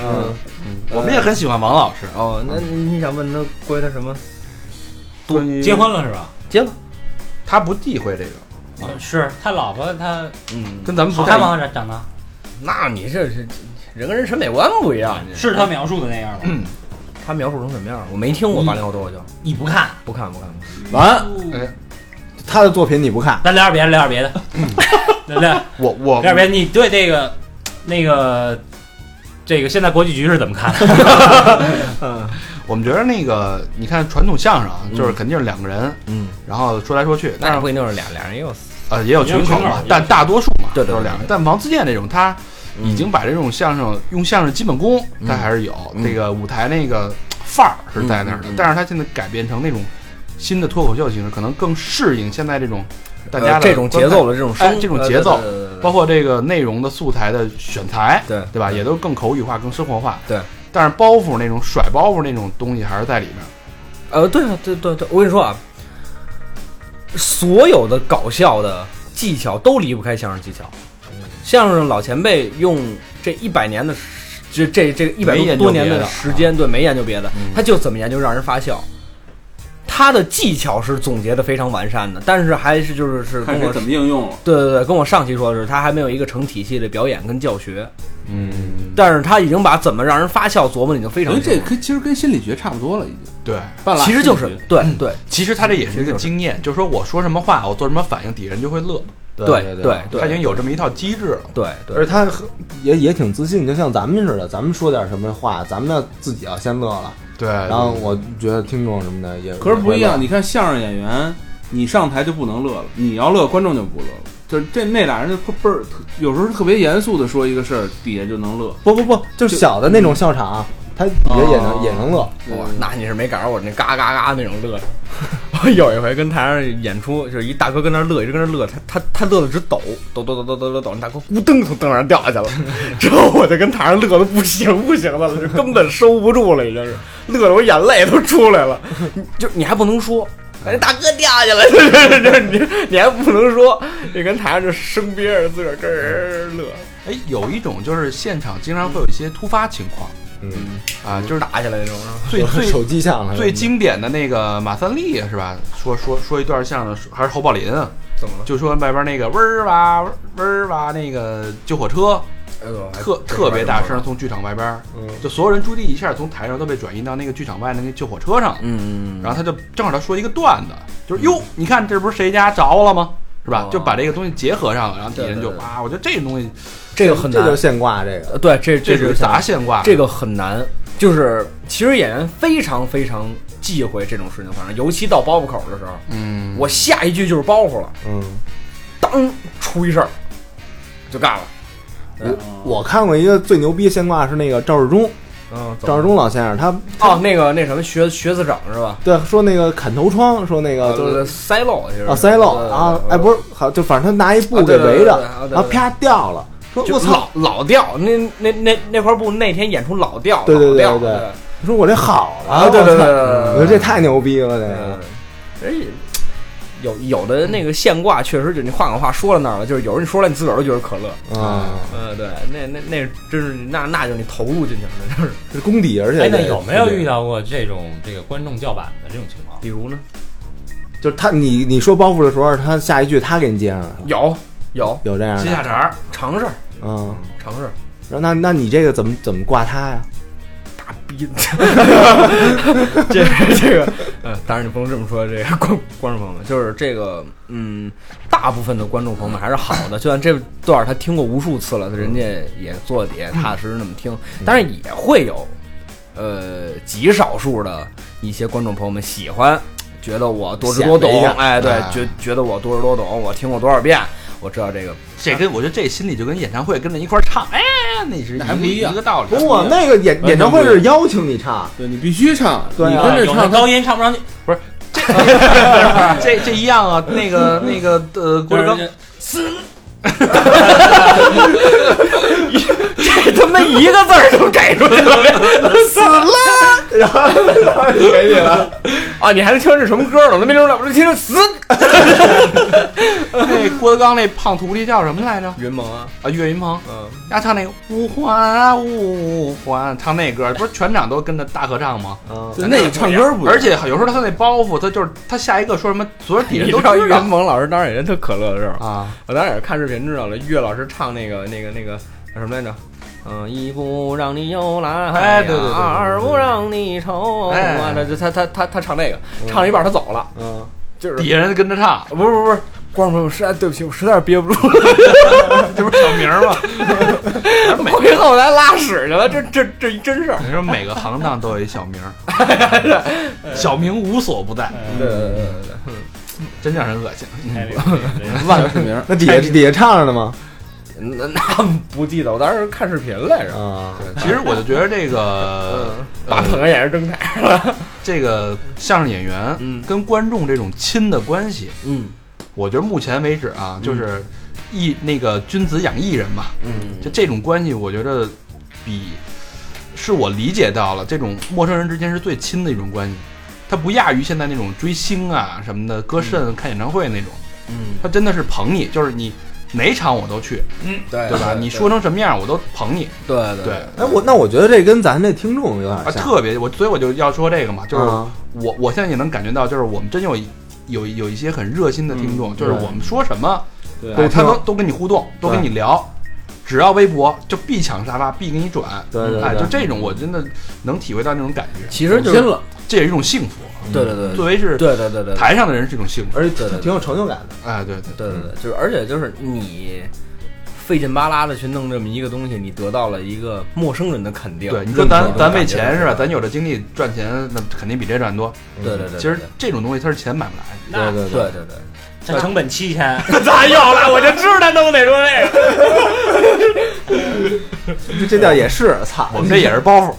Speaker 2: 嗯，
Speaker 1: 我们也很喜欢王老师，
Speaker 2: 哦，那你想问他关于他什么？
Speaker 1: 关于
Speaker 8: 结婚了是吧？
Speaker 2: 结了，
Speaker 1: 他不忌讳这个，
Speaker 8: 是他老婆他
Speaker 2: 嗯，
Speaker 1: 跟咱们不
Speaker 8: 好
Speaker 1: 太
Speaker 8: 看
Speaker 1: 一样。
Speaker 8: 吗？长得
Speaker 2: 那你这是人跟人审美观不一
Speaker 1: 嗯
Speaker 2: 样，
Speaker 8: 是他描述的那样吗？
Speaker 2: 他描述成什么样？我没听
Speaker 1: 嗯
Speaker 2: 过《八零后脱口秀》，
Speaker 8: 你不看，
Speaker 2: 不看不看不看。
Speaker 10: 完
Speaker 1: 哎，
Speaker 10: 他的作品你不看，
Speaker 8: 咱聊点别的，聊点别的，聊聊
Speaker 1: 我我
Speaker 8: 聊点别的。你对这个那个这个现在国际局是怎么看的？
Speaker 1: 我们觉得那个，你看传统相声啊，就是肯定是两个人，
Speaker 2: 嗯，
Speaker 1: 然后说来说去，
Speaker 2: 那
Speaker 1: 但
Speaker 2: 也
Speaker 1: 是
Speaker 2: 不一定是俩俩人也有
Speaker 1: 呃哎也有群口
Speaker 8: 也有群口
Speaker 1: 嘛，但大多数嘛
Speaker 2: 对对
Speaker 1: 都是
Speaker 2: 对
Speaker 1: 两个人。但王自健这种，他已
Speaker 2: 嗯
Speaker 1: 经把这种相声用相声基本功，他还是有那个舞台那个范儿是在那儿的，但是他现在改变成那种新的脱口秀形式，可能更适应现在这种大家
Speaker 2: 呃
Speaker 1: 的
Speaker 2: 这种节
Speaker 1: 观看
Speaker 2: 奏的这种
Speaker 1: 哎
Speaker 2: 生
Speaker 1: 这种节奏
Speaker 2: 呃对对对对
Speaker 1: 包括这个内容的素材的选材，
Speaker 2: 对
Speaker 1: 对吧？也都更口语化、更生活化。
Speaker 2: 对，
Speaker 1: 但是包袱那种甩包袱那种东西还是在里面。
Speaker 2: 呃，对啊，对对对，我跟你说啊，所有的搞笑的技巧都离不开相声技巧。相声老前辈用这一百年的时这这这一百
Speaker 1: 没研究
Speaker 2: 多年
Speaker 1: 别
Speaker 2: 的
Speaker 1: 的
Speaker 2: 时间，对，没研究别的，他就怎么研究让人发笑。他的技巧是总结的非常完善的，但是还是就是是
Speaker 4: 看
Speaker 2: 跟
Speaker 4: 谁
Speaker 2: 我
Speaker 4: 怎么应用了。
Speaker 2: 对对对，跟我上期说的是，他还没有一个成体系的表演跟教学，
Speaker 1: 嗯，
Speaker 2: 但是他已经把怎么让人发笑琢磨的已经非
Speaker 4: 因
Speaker 2: 常
Speaker 4: 为
Speaker 2: 清楚了。
Speaker 4: 这跟其实跟心理学差不多了，已经
Speaker 1: 对，
Speaker 4: 半拉
Speaker 2: 其实就是
Speaker 4: 心理学
Speaker 2: 对对
Speaker 1: 其实他这也是一个经验，就是说我说什么话，我做什么反应，底下人就会乐。
Speaker 2: 对对
Speaker 1: 他
Speaker 2: 对
Speaker 1: 已经有这么一套机制了。
Speaker 2: 对对，
Speaker 10: 而且他很也也挺自信，就像咱们似的，咱们说点什么话，咱们要自己要先乐了，
Speaker 1: 对，
Speaker 2: 哎
Speaker 10: 然后我觉得听众什么的也
Speaker 4: 可是不一样，
Speaker 10: 也
Speaker 4: 你看相声演员，你上台就不能乐了，你要乐，观众就不乐了。就是这那俩人就倍儿，有时候特别严肃的说一个事儿，底下就能乐。
Speaker 10: 会乐不不不，就是小的那种笑场，啊他也也能
Speaker 4: 哦
Speaker 10: 也能乐，
Speaker 2: 哇，那你是没赶上我那嘎嘎嘎那种乐 声。我有一回跟台上演出，就是一大哥跟那儿乐，一直跟那儿乐，他他他乐的直抖，抖抖抖抖抖抖抖，那大哥咕噔从凳上掉下去了。 之后我就跟台上乐的不行不行的了，就根本收不住了，已经是乐的我眼泪都出来了。你就你还不能说。哎，大哥掉下来了， 这这你你还不能说，你跟台上就生憋着自个儿跟人乐。
Speaker 1: 哎，有一种就是现场经常会有一些突发情况，
Speaker 10: 嗯，
Speaker 1: 啊，就是
Speaker 2: 打起来那种啊。
Speaker 1: 最最
Speaker 10: 手机相声
Speaker 1: 最经典的那个马三立是吧？说说说一段相声，还是侯宝林啊？
Speaker 2: 怎么了？
Speaker 1: 就说外边那个嗡儿哇嗡儿哇那个救火车，
Speaker 2: 哎呦，还
Speaker 1: 特特别大声，，从剧场外边儿，
Speaker 10: 嗯
Speaker 1: 就所有人注意力一下从台上都被转移到那个剧场外的那个救火车上。
Speaker 2: 嗯，
Speaker 1: 然后他就正好他说一个段子，就是哟，你看这不是谁家着了吗？是吧
Speaker 2: 哦？
Speaker 1: 就把这个东西结合上了，然后底下人
Speaker 2: 对
Speaker 1: 就
Speaker 2: 对对
Speaker 1: 哇，我觉得这个东西
Speaker 2: 这个很
Speaker 10: 这
Speaker 2: 难
Speaker 10: 就是，现挂这个，
Speaker 2: 呃对，这这
Speaker 1: 这属
Speaker 2: 就是
Speaker 1: 于杂现挂，
Speaker 2: 这个很难，就是其实演员非常非常忌讳这种事情发生，尤其到包袱口的时候，
Speaker 1: 嗯，
Speaker 2: 我下一句就是包袱了，
Speaker 10: 嗯，
Speaker 2: 当出一事儿就干了。
Speaker 10: 我看过一个最牛逼现挂是那个赵世忠，
Speaker 2: 嗯，
Speaker 10: 赵世忠老先生，他
Speaker 2: 哦，那个那什么学学子整是吧？
Speaker 10: 对说那个砍头窗，说那个就是
Speaker 2: 呃塞漏，其实呃
Speaker 10: 啊塞漏
Speaker 2: 对对对
Speaker 10: 啊，
Speaker 2: 对
Speaker 10: 哎不是，好就反正他拿一布
Speaker 2: 啊
Speaker 10: 给
Speaker 2: 对对
Speaker 10: 围
Speaker 2: 对对
Speaker 10: 着
Speaker 2: 对啊对，对
Speaker 10: 然后啪掉了，说
Speaker 2: 呃就
Speaker 10: 我操，
Speaker 2: 老老掉，那那那那块布那天演出老掉，
Speaker 10: 对对对
Speaker 2: 老掉
Speaker 10: 对说我这好了，
Speaker 2: 啊，对对对对对，
Speaker 10: 我
Speaker 2: 对
Speaker 10: 觉得这太牛逼了，这个
Speaker 2: 嗯，而且有有的那个现挂确实就你换个话说到那儿了，就是有人说了你自个儿都觉得可乐，
Speaker 10: 啊，
Speaker 2: 呃，对，那那那真是那那就是你投入进去了，那就是。
Speaker 10: 这功底，而且
Speaker 8: 哎，那有没有
Speaker 10: 对
Speaker 8: 遇到过这种这个观众叫板的这种情况？
Speaker 2: 比如呢，
Speaker 10: 就是他你你说包袱的时候，他下一句他给你接上了，
Speaker 2: 有有
Speaker 10: 有这样的，
Speaker 1: 下茬儿，
Speaker 2: 尝试
Speaker 10: 嗯，
Speaker 2: 尝试
Speaker 10: 然后那那你这个怎么怎么挂他呀？
Speaker 2: 大逼， 这个这个，呃，当然你不能这么说，这个观观众朋友们，就是这个，嗯，大部分的观众朋友们还是好的，就算这段儿他听过无数次了，他人家也坐底下踏踏实实那么听，
Speaker 1: 嗯
Speaker 2: 当然也会有，呃，极少数的一些观众朋友们喜欢，觉得我多知多懂
Speaker 10: 显摆一下，
Speaker 2: 哎，对
Speaker 1: 啊，
Speaker 2: 觉觉得我多知多懂，我听过多少遍，我知道这个啊
Speaker 1: 这跟我觉得这心里就跟演唱会跟着一块儿唱，哎，那是一
Speaker 4: 那还不一样
Speaker 1: 一个道理。
Speaker 10: 不是我那个演演唱会是邀请你唱，
Speaker 4: 对你必须唱，
Speaker 10: 对啊
Speaker 4: 你
Speaker 8: 啊
Speaker 4: 跟着
Speaker 8: 有那
Speaker 4: 唱，
Speaker 8: 高音唱不上去，
Speaker 1: 这这一样啊，那个那个呃，郭德纲
Speaker 2: 这他妈一个字儿都给出去 了，死了， 然后给你了啊！你还能听这什么歌呢？我都没听着，我就听着 死哎
Speaker 1: 那郭德纲那胖徒弟叫什么来着？
Speaker 2: 云蒙啊，
Speaker 1: 啊，岳云鹏，
Speaker 2: 嗯，
Speaker 1: 他唱那个五环啊五环，唱那歌，不是全场都跟着大合唱吗？
Speaker 10: 啊，
Speaker 4: 对那个唱歌不一样，
Speaker 1: 而且有时候他那包袱，他就是他下一个说什么，所有底 下
Speaker 2: 你
Speaker 1: 都
Speaker 2: 知道
Speaker 1: 知
Speaker 2: 岳
Speaker 1: 道
Speaker 2: 云鹏老师当然也是特可乐的事儿啊，
Speaker 1: 啊，
Speaker 2: 我当然也是看视频知道了，岳老师唱那个那个那个叫什么来着？嗯，一不让你又来，
Speaker 1: 哎对对对对对
Speaker 2: 二不让你愁，
Speaker 1: 哎
Speaker 2: 啊，这这他他他他唱那个，唱了一半他走了，
Speaker 10: 嗯，
Speaker 2: 就是
Speaker 1: 底下人跟着唱，
Speaker 2: 不是不是不是，观众朋友们，实在对不起，我实在是憋不住了。
Speaker 1: 这不是小名儿吗？
Speaker 2: 我给后台拉屎去了，这这这真事儿。
Speaker 1: 你说每个行当都有一小名儿， 小名无所不在，
Speaker 2: 嗯对对对对对，
Speaker 1: 真让人恶心。
Speaker 14: 嗯
Speaker 4: 万世名，
Speaker 10: 那底下底下唱着呢吗？
Speaker 2: 嗯那那不记得，我当时看视频来着。
Speaker 10: 啊，
Speaker 1: 其实我就觉得这个
Speaker 2: 把捧个眼神睁开，
Speaker 1: 这个相声演员
Speaker 2: 嗯
Speaker 1: 跟观众这种亲的关系，
Speaker 2: 嗯
Speaker 1: 我觉得目前为止啊，就是艺那个君子养艺人嘛，
Speaker 2: 嗯，
Speaker 1: 就这种关系，我觉得比是我理解到了这种陌生人之间是最亲的一种关系，它不亚于现在那种追星啊什么的、歌肾、看演唱会那种，
Speaker 2: 嗯，
Speaker 1: 他真的是捧你，就是你哪场我都去，
Speaker 2: 对
Speaker 1: 对吧？你说成什么样我都捧你，
Speaker 2: 对对
Speaker 1: 对
Speaker 10: 哎，我那我觉得这跟咱这听众有点
Speaker 1: 啊，
Speaker 10: 像，
Speaker 1: 特别我，所以我就要说这个嘛，就是
Speaker 2: 嗯
Speaker 10: 啊
Speaker 1: 我我现在也能感觉到，就是我们真有一有有一些很热心的听
Speaker 2: 嗯
Speaker 1: 众，就是
Speaker 10: 对
Speaker 1: 我们说什么，
Speaker 10: 对
Speaker 4: 啊
Speaker 1: 哎他
Speaker 10: 听
Speaker 1: 都都跟你互动，都跟你聊，只要微博就必抢沙发，必给你转，
Speaker 10: 对对对
Speaker 1: 哎，就这种我真的能体会到那种感觉，
Speaker 2: 其实就是
Speaker 1: 了，这也是一种幸福，
Speaker 2: 对对对
Speaker 1: 作为是
Speaker 2: 对对对对，
Speaker 1: 台上的人是一种幸福，
Speaker 10: 而且挺
Speaker 2: 对对
Speaker 10: 挺有成就感的，
Speaker 1: 哎，对对，
Speaker 2: 对嗯对对，就是而且就是你费劲巴拉的去弄这么一个东西，你得到了一个陌生人的肯定。
Speaker 1: 对，你说咱咱为
Speaker 2: 为
Speaker 1: 钱是吧？咱有这精力赚钱，那肯定比这赚多。
Speaker 2: 对对对，
Speaker 1: 其实这种东西它是钱买不来的。
Speaker 10: 对对
Speaker 2: 对对对，
Speaker 8: 这成本七 千，
Speaker 2: 咋又了？我就知道他都得说这个。
Speaker 10: 对，这叫也是，操，
Speaker 1: 我们这也是包袱，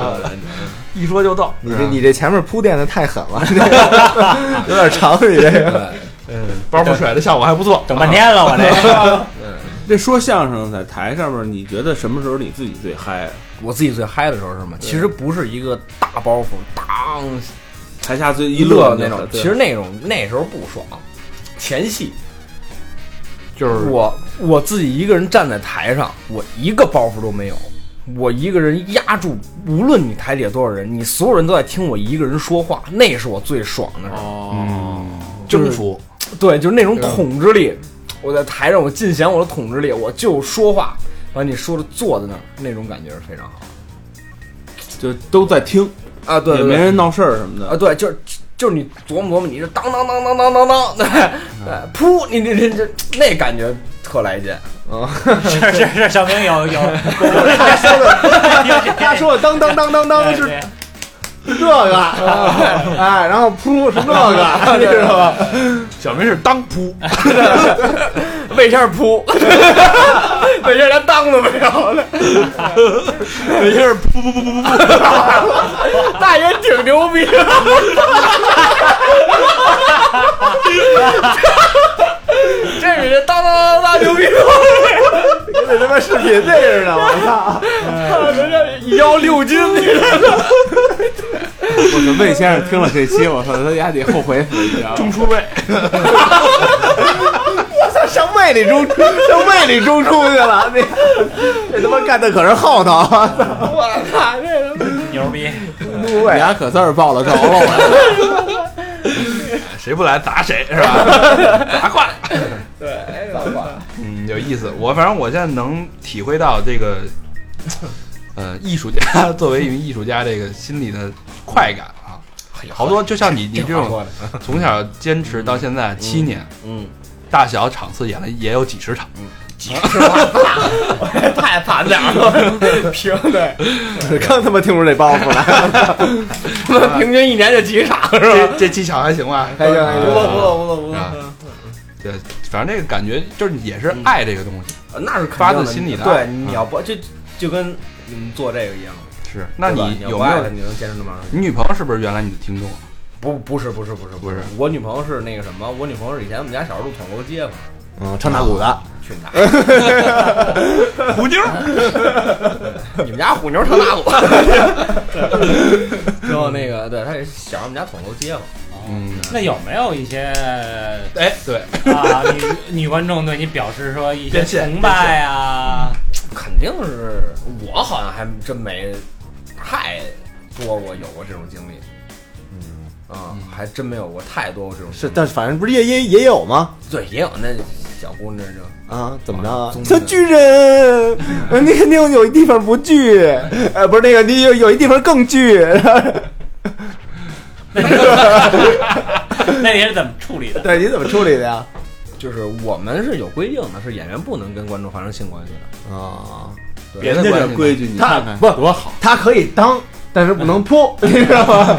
Speaker 1: 一说就到。
Speaker 10: 你
Speaker 4: 啊
Speaker 10: 这你这前面铺垫的太狠 了，有点长，你这个
Speaker 2: 对，
Speaker 1: 嗯，包袱甩的效果还不错。
Speaker 8: 整半天了，我这
Speaker 4: 这说相声在台上面，你觉得什么时候你自己最嗨？
Speaker 2: 我自己最嗨的时候是吗？其实不是一个大包袱，当
Speaker 4: 台下最
Speaker 2: 一
Speaker 4: 一
Speaker 2: 乐那
Speaker 4: 的
Speaker 2: 种。其实那种那时候不爽，前戏
Speaker 1: 就是
Speaker 2: 我我自己一个人站在台上，我一个包袱都没有，我一个人压住，无论你台底下多少人，你所有人都在听我一个人说话，那是我最爽的时候。
Speaker 1: 哦，征服，
Speaker 2: 对，就是那种统治力。我在台上，我尽显我的统治力，我就说话，把你说的坐在那儿，那种感觉是非常好
Speaker 4: 就都在听，
Speaker 2: 啊。对
Speaker 4: 也
Speaker 2: 对
Speaker 4: 没
Speaker 2: 对
Speaker 4: 人闹事儿什么
Speaker 2: 啊，
Speaker 4: 的。
Speaker 2: 对，就是就是你琢磨琢磨，你这当当当当当当当，对对，
Speaker 10: 嗯
Speaker 2: 噗，你这这这那感觉特来劲。
Speaker 14: 是是是，小明有有，
Speaker 10: 哎他说我当当当当
Speaker 2: 哎
Speaker 10: 当是
Speaker 14: 对
Speaker 10: 这个，哎，然后噗是 这
Speaker 4: 啊
Speaker 10: 个，你知道吧？
Speaker 1: 小明是当铺，
Speaker 2: 为啥扑？为啥连当都没有 呢？
Speaker 1: 一下噗噗噗噗噗噗，
Speaker 2: 那也挺牛逼。这比这当当当当牛逼
Speaker 10: 这他妈视频这似的，我操！
Speaker 2: 一腰六斤，
Speaker 4: 我的魏先生听了这期，我操，他丫得后悔死，你知道吗？
Speaker 1: 中出位，
Speaker 10: 我操，上胃里中，上胃里中出去了，这这他妈干的可是后头，
Speaker 14: 牛逼，
Speaker 10: 入
Speaker 4: 你
Speaker 10: 位。
Speaker 4: 丫可算是报了仇 了，我操
Speaker 1: 谁不来砸谁是吧？砸挂， 对，砸哎挂，嗯，有意思。我反正我现在能体会到这个，呃，艺术家作为一名艺术家，这个心里的快感啊，好多就像你你这种从小坚持到现在七年，
Speaker 2: 嗯，
Speaker 1: 大小场次演了也有几十 场，
Speaker 2: 太惨了。平对，
Speaker 10: 刚他妈听出这包袱来，
Speaker 2: 平均一年就几场是吧？
Speaker 1: 这这技巧还行吧？
Speaker 10: 还行还行
Speaker 1: 不错不
Speaker 2: 错不错不
Speaker 1: 啊，对，反正这个感觉就是也
Speaker 2: 嗯
Speaker 1: 是爱这个东西。
Speaker 2: 那是肯定
Speaker 1: 发自心里的啊
Speaker 2: 对，
Speaker 1: 爱
Speaker 2: 你要不就就跟你们做这个一样。
Speaker 1: 是，那
Speaker 2: 对吧
Speaker 1: 你
Speaker 2: 你
Speaker 1: 有
Speaker 2: 要不
Speaker 1: 没
Speaker 2: 爱
Speaker 1: 有
Speaker 2: 他，？你能坚持那么长时间？
Speaker 1: 你女朋友是不是原来你的听众？啊
Speaker 2: 不，不是，不是，不是，
Speaker 1: 不是
Speaker 2: 我女朋友是那个什么，我女朋友是以前我们家小时候住统楼街坊，
Speaker 10: 嗯，唱大鼓的，
Speaker 2: 去你大爷！虎妞儿， 你们家虎妞儿特 大我。之后那个，对，她也是小时候我们家统楼街坊，
Speaker 1: 嗯，
Speaker 14: 那有没有一些
Speaker 1: 哎，对，
Speaker 14: 啊女女观众对你表示说一些
Speaker 1: 变现
Speaker 14: 崇拜啊？
Speaker 2: 肯定是我好像还真没太多过有过这种经历，嗯啊，还真没有过太多过这种经
Speaker 10: 是，
Speaker 2: 历，
Speaker 10: 但是反正不是也也也有吗？
Speaker 2: 对，也有那小姑娘就。
Speaker 10: 啊，怎么着啊
Speaker 2: 宗？
Speaker 10: 小
Speaker 2: 旨
Speaker 10: 巨人，呃那个那个有一地方不巨，呃，不是那个你有有一地方更巨，
Speaker 14: 那你是怎 么处理的？
Speaker 10: 对，你怎么处理的呀？
Speaker 2: 就是我们是有规定的，是演员不能跟观众发生性关系的。
Speaker 10: 啊，
Speaker 4: 别的
Speaker 10: 人家
Speaker 4: 关
Speaker 10: 这
Speaker 4: 系规矩你
Speaker 10: 他
Speaker 4: 看看
Speaker 10: 不多好，他可以当，但是不能 扑，你知道吗？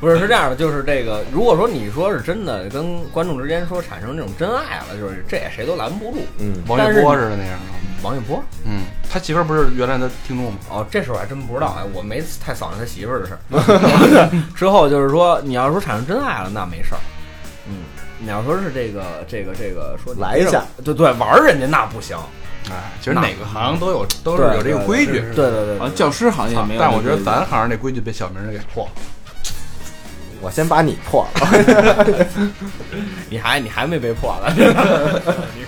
Speaker 2: 不是，是这样的，就是这个，如果说你说是真的跟观众之间说产生这种真爱了，就是这也谁都拦不住。
Speaker 10: 嗯，
Speaker 1: 王
Speaker 2: 但
Speaker 1: 一
Speaker 2: 是
Speaker 1: 波似的那样的。
Speaker 2: 王一博，
Speaker 1: 嗯，他媳妇儿不是原来的听众吗？
Speaker 2: 哦，这时候还真不知道，哎，我没太扫听他媳妇儿的事儿。 之后就是说，你要说产生真爱了，那没事儿。嗯，你要说是这个这个这个说你
Speaker 10: 来一下，
Speaker 2: 对对，玩儿人家那不行，
Speaker 1: 哎，其实哪个行都有，都是有这个规矩。
Speaker 2: 对对对
Speaker 4: 啊，教师行业
Speaker 1: 操
Speaker 4: 没有这规矩，
Speaker 1: 但我觉得咱行这规矩被小明儿给破了。
Speaker 10: 我先把你破 了，
Speaker 2: 你还你还没被破 了，你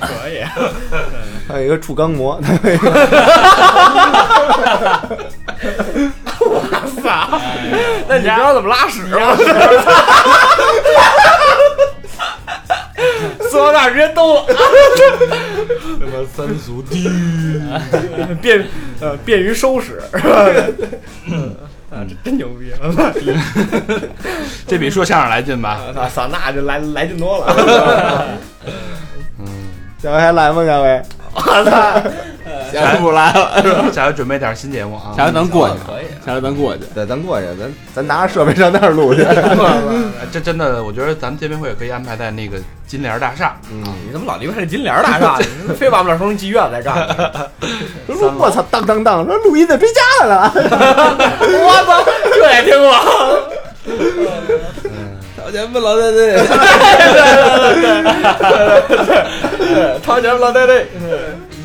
Speaker 2: 可以。
Speaker 10: 还有一个触肛 膜，
Speaker 2: 那你知道怎么拉屎吗？塑料袋直接兜了，
Speaker 1: 他妈三俗低，
Speaker 2: 便呃便于收拾，是吧？
Speaker 1: 嗯
Speaker 2: 啊，这真牛逼！
Speaker 1: 这比说相声来 劲吧？
Speaker 2: 啊，桑那就来来劲多了。
Speaker 10: 下回还来吗？下回
Speaker 4: 下次不来了，
Speaker 1: 下回准备点新节目啊！
Speaker 4: 下回咱过去，
Speaker 2: 可以啊
Speaker 4: 下回咱过去。
Speaker 10: 对，咱过去，咱咱拿着设备上那儿录 去。
Speaker 1: 哎这真的，我觉得咱们见面会也可以安排在那个金莲大厦。
Speaker 2: 你怎么老离不开这金莲儿大厦？你非把我们俩说成妓院来干呢？
Speaker 10: 说我操，当当当，说录音怎么追家来了？
Speaker 2: 我操，这也听过。
Speaker 4: 老钱不老在这，
Speaker 2: 掏钱老戴对，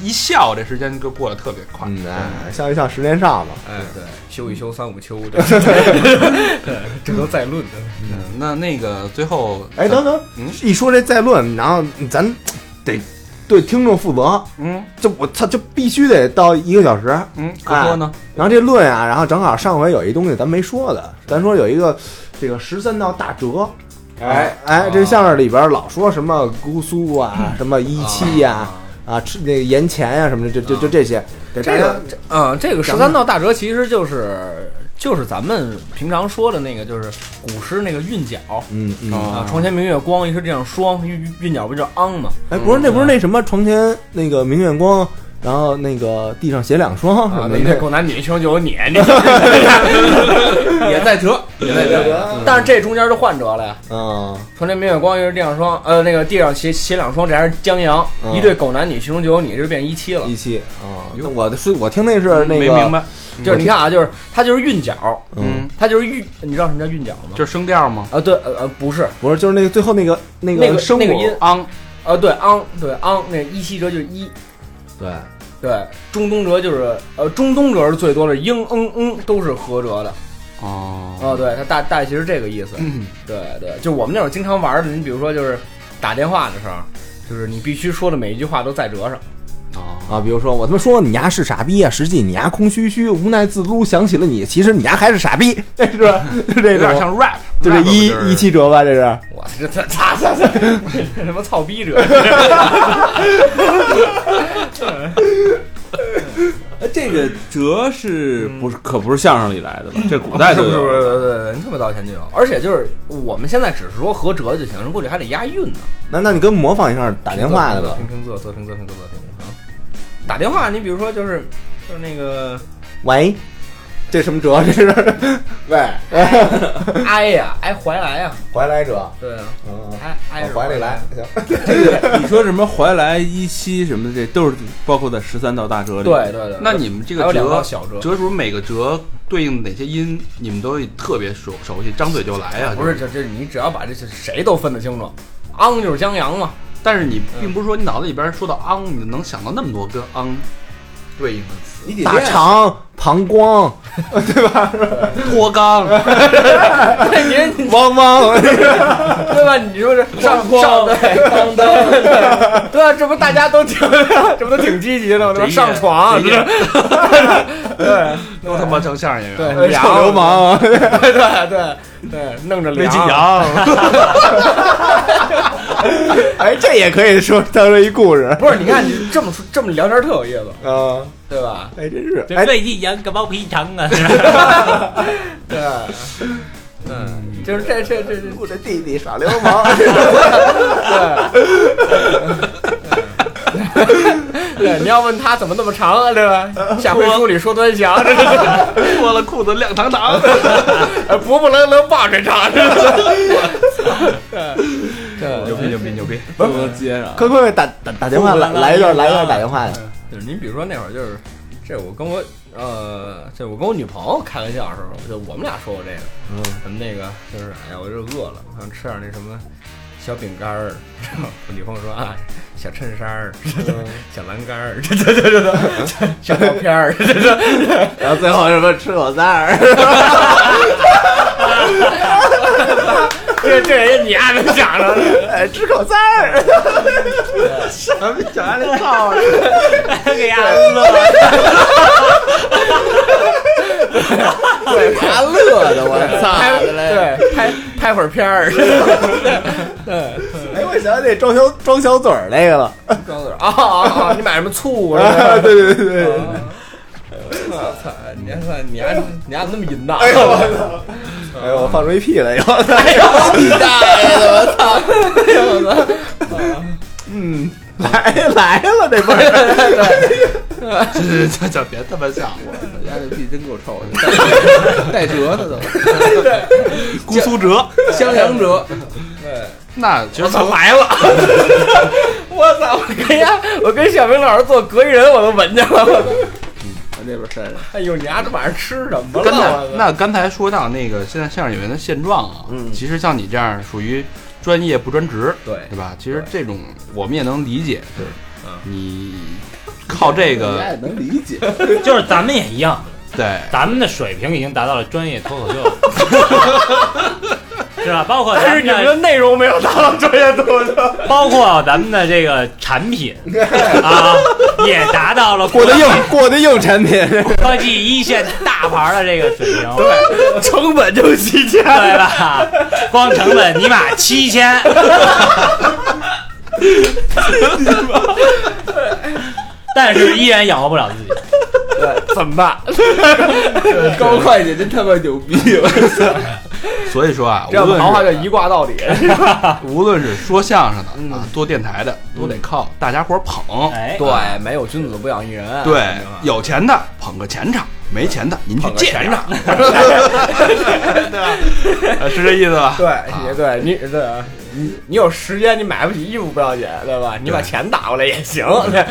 Speaker 1: 一笑，这时间就过得特别快。
Speaker 10: 嗯，哎 像一像十年上吧，
Speaker 2: 哎对，修一修三五秋， 这这都再论的。
Speaker 1: 嗯嗯，那那个最后，
Speaker 10: 哎，等等
Speaker 1: 嗯，
Speaker 10: 一说这再论，然后咱得对听众负责，
Speaker 1: 嗯
Speaker 10: 就我操就必须得到一个小时。哎
Speaker 1: 嗯，
Speaker 2: 啊
Speaker 1: 可说呢，
Speaker 10: 然后这论啊，然后正好上回有一东西咱没说的，咱说有一个这个十三道大折。哎
Speaker 1: 啊
Speaker 10: 哎，这相声里边老说什么姑苏啊，什么一期呀，啊，吃那个盐钱呀，什么的，这这就这些。这
Speaker 2: 这个这嗯，这个十三道大折其实就是就是咱们平常说的那个，就是古诗那个韵脚
Speaker 10: 嗯嗯，
Speaker 2: 啊，床前明月光，疑是地上霜，韵韵脚不就昂嘛？
Speaker 10: 哎，不是那不是
Speaker 1: 嗯
Speaker 10: 那什么床前那个明月光，然后那个地上写两双什
Speaker 2: 啊，
Speaker 10: 么
Speaker 2: 那
Speaker 10: 的。
Speaker 2: 那
Speaker 10: 那
Speaker 2: 狗男女胸就有 你，你也在折，嗯也在折，但是这中间就换折了呀。
Speaker 10: 嗯，
Speaker 2: 床前明月光，疑是地上霜，呃，那个地上写写两霜，这还是江阳，
Speaker 10: 嗯
Speaker 2: 一对狗男女，其中就有你，这就变一期了。
Speaker 10: 一期啊，那我是我听那是那
Speaker 1: 没
Speaker 10: 个
Speaker 1: 明白，
Speaker 2: 就是你看啊，就是它就是韵脚，
Speaker 10: 嗯，
Speaker 2: 它就是韵，你知道什么叫韵脚吗？
Speaker 1: 就是声调嘛，
Speaker 2: 啊，对，呃呃，不是，
Speaker 10: 不是就是那个最后那个那
Speaker 2: 那个
Speaker 10: 个
Speaker 2: 那个音，
Speaker 1: 昂，
Speaker 2: 呃，对，昂，对，昂，那一西折就是一，
Speaker 10: 对，
Speaker 2: 对，中东折就是，呃，中东折是最多的，英、嗯、嗯都是合折的，
Speaker 1: 哦，
Speaker 2: 哦，对，它大大概其实这个意思，对对，就我们那会儿经常玩的，你比如说就是打电话的时候，就是你必须说的每一句话都在折上，
Speaker 10: 啊，比如说我他妈说你丫是傻逼啊，实际你丫空虚虚，无奈自撸，想起了你，其实你丫还是傻逼， 这是吧？就这
Speaker 1: 有点
Speaker 10: 种，
Speaker 1: 像 rap，
Speaker 10: 就这
Speaker 1: rap
Speaker 10: 一
Speaker 1: 就是
Speaker 10: 一七折吧，这是。
Speaker 2: 我操，这这擦擦擦，这什么操逼折，
Speaker 4: 哎，这个折是不
Speaker 1: 嗯
Speaker 4: 是可不是相声里来的 吧？这古代
Speaker 2: 是
Speaker 4: 就
Speaker 2: 不是？不
Speaker 4: 有。
Speaker 2: 是对对，你特别早以前就有，而且就是我们现在只是说合折就行，过去还得押韵呢。
Speaker 10: 那那你跟模仿一下打电话的吧，
Speaker 2: 平平仄，仄平仄，平仄仄平仄啊。打电话，你比如说就是就是那 个
Speaker 10: 喂，这什么折？啊这是 喂，
Speaker 2: 哀呀，哀怀来呀，
Speaker 10: 怀来者，
Speaker 2: 对啊，
Speaker 10: 嗯，
Speaker 2: 哀哀是
Speaker 10: 怀里来，行，
Speaker 4: 你说什么怀来一期什么的，这都是包括在十三道大折里。
Speaker 2: 对对对，
Speaker 1: 那你们这
Speaker 2: 还有
Speaker 1: 个
Speaker 2: 两道
Speaker 1: 折
Speaker 2: 小折，
Speaker 1: 折是不是每个折对应哪些音，你们都会特别熟熟悉，张嘴就来啊？
Speaker 2: 不是，这这你只要把这这谁都分得清楚，昂就是江阳嘛，
Speaker 1: 但是你并不是说你脑子里边说到昂，你能想到那么多跟昂对应的词，
Speaker 4: 你得
Speaker 10: 大
Speaker 4: 练
Speaker 10: 肠膀胱
Speaker 1: 脱肛、
Speaker 2: 你
Speaker 10: 汪汪，
Speaker 2: 对吧？你说这上上对当当，对啊，这不大家都 挺这不都挺积极的吗？对吧？上床，啊对
Speaker 1: 都他妈成相声演员了。
Speaker 2: 对，
Speaker 10: 哎臭流 氓，
Speaker 2: 对对对对，弄着
Speaker 10: 没啊
Speaker 2: 梁
Speaker 10: 金，阳。哎，这也可以说当成一故事
Speaker 2: 不是？你看你这么说这么聊天特有意思，
Speaker 10: 啊！
Speaker 2: 对吧？
Speaker 10: 哎，真是，
Speaker 8: 这
Speaker 10: 哎，
Speaker 8: 魏晋阳个毛皮长 啊！
Speaker 2: 对，嗯，就是这这这这，
Speaker 10: 我的弟弟耍流 氓，
Speaker 2: 对，你要问他怎么那么长啊，对吧？下回书里说端详，
Speaker 1: 脱了裤子亮堂堂，
Speaker 2: 不不哎能能抱着 长，
Speaker 1: 牛逼牛逼牛 逼！
Speaker 4: 不能接上。
Speaker 10: 快快快打打打电话来来一段嗯来一段打电话的，
Speaker 2: 就是您比如说那会儿就是，这我跟我呃，这我跟我女朋友开玩笑的时候，就我们俩说过这个，嗯，咱们那个就是哎呀，我这饿了，想吃点那什么小饼干儿。 然后我女朋友说啊，小衬衫儿，
Speaker 10: 嗯
Speaker 2: 小栏杆儿， 这这这这这，小照片儿， 这这
Speaker 10: 然后最后什么吃我三儿，
Speaker 2: 这这人你还没想着呢。
Speaker 10: 哎，吃口三儿，
Speaker 8: 给俺乐，
Speaker 10: 对， 他乐的，我 操！
Speaker 2: 拍对拍拍会儿片儿，
Speaker 10: 哎，我想起那装小装小嘴儿那个了，
Speaker 2: 装作啊啊啊！你买什么醋是吧？
Speaker 10: 对对对对，
Speaker 2: 我操！你还算你还你还那么淫呐？
Speaker 10: 哎呦我操！哎呦，我放出一屁来，我操！
Speaker 2: 哎呦你大爷的！我操！哎呦我操！
Speaker 10: 嗯，来来了，这不是
Speaker 1: 这这这 别他妈吓我！
Speaker 4: 丫这屁真够臭的，带折的都。
Speaker 1: 姑苏折、
Speaker 4: 襄阳折，
Speaker 1: 那其实从
Speaker 2: 来了！我操！我跟呀，我跟小明老师做隔一人，我都闻见了。我操
Speaker 4: 我这边晒着。
Speaker 2: 哎呦，你丫这晚上吃什么
Speaker 1: 刚才
Speaker 2: 了？
Speaker 1: 那刚才说到那个现在相声演员的现状啊，其实像你这样属于专业不专职，
Speaker 2: 对
Speaker 1: 对吧？其实这种我们也能理解，对，
Speaker 2: 嗯
Speaker 1: 你靠这个
Speaker 4: 能理解。
Speaker 8: 就是咱们也一样，
Speaker 1: 对。
Speaker 8: 咱们的水平已经达到了专业脱口秀了。
Speaker 14: 是吧？包括咱
Speaker 9: 但是
Speaker 14: 们
Speaker 9: 你们
Speaker 14: 的
Speaker 9: 的内容没有达到专业度，
Speaker 14: 包括咱们的这个产品 啊，也达到了
Speaker 10: 过
Speaker 14: 国
Speaker 10: 得硬，过得硬产品，
Speaker 14: 国际一线大牌的这个水 平，
Speaker 9: 成本就七千。
Speaker 14: 对吧？光成本尼玛 七千，但是依然养活不了自己。
Speaker 4: 高会计真他妈牛逼！
Speaker 1: 所以说啊，无
Speaker 2: 这样
Speaker 1: 论
Speaker 2: 行话
Speaker 1: 是
Speaker 2: 叫一挂到底。
Speaker 1: 无论是说相声的啊，做电台的，都得靠大家伙儿捧。
Speaker 14: 哎，
Speaker 2: 对，没有君子不养艺人。
Speaker 1: 对，有钱的捧个钱场，没钱的您去借点儿， 对吧？呃是这意思吧？
Speaker 2: 对，也对你对啊，你你有时间你买不起衣服不要紧，对吧？你把钱打过来也行。对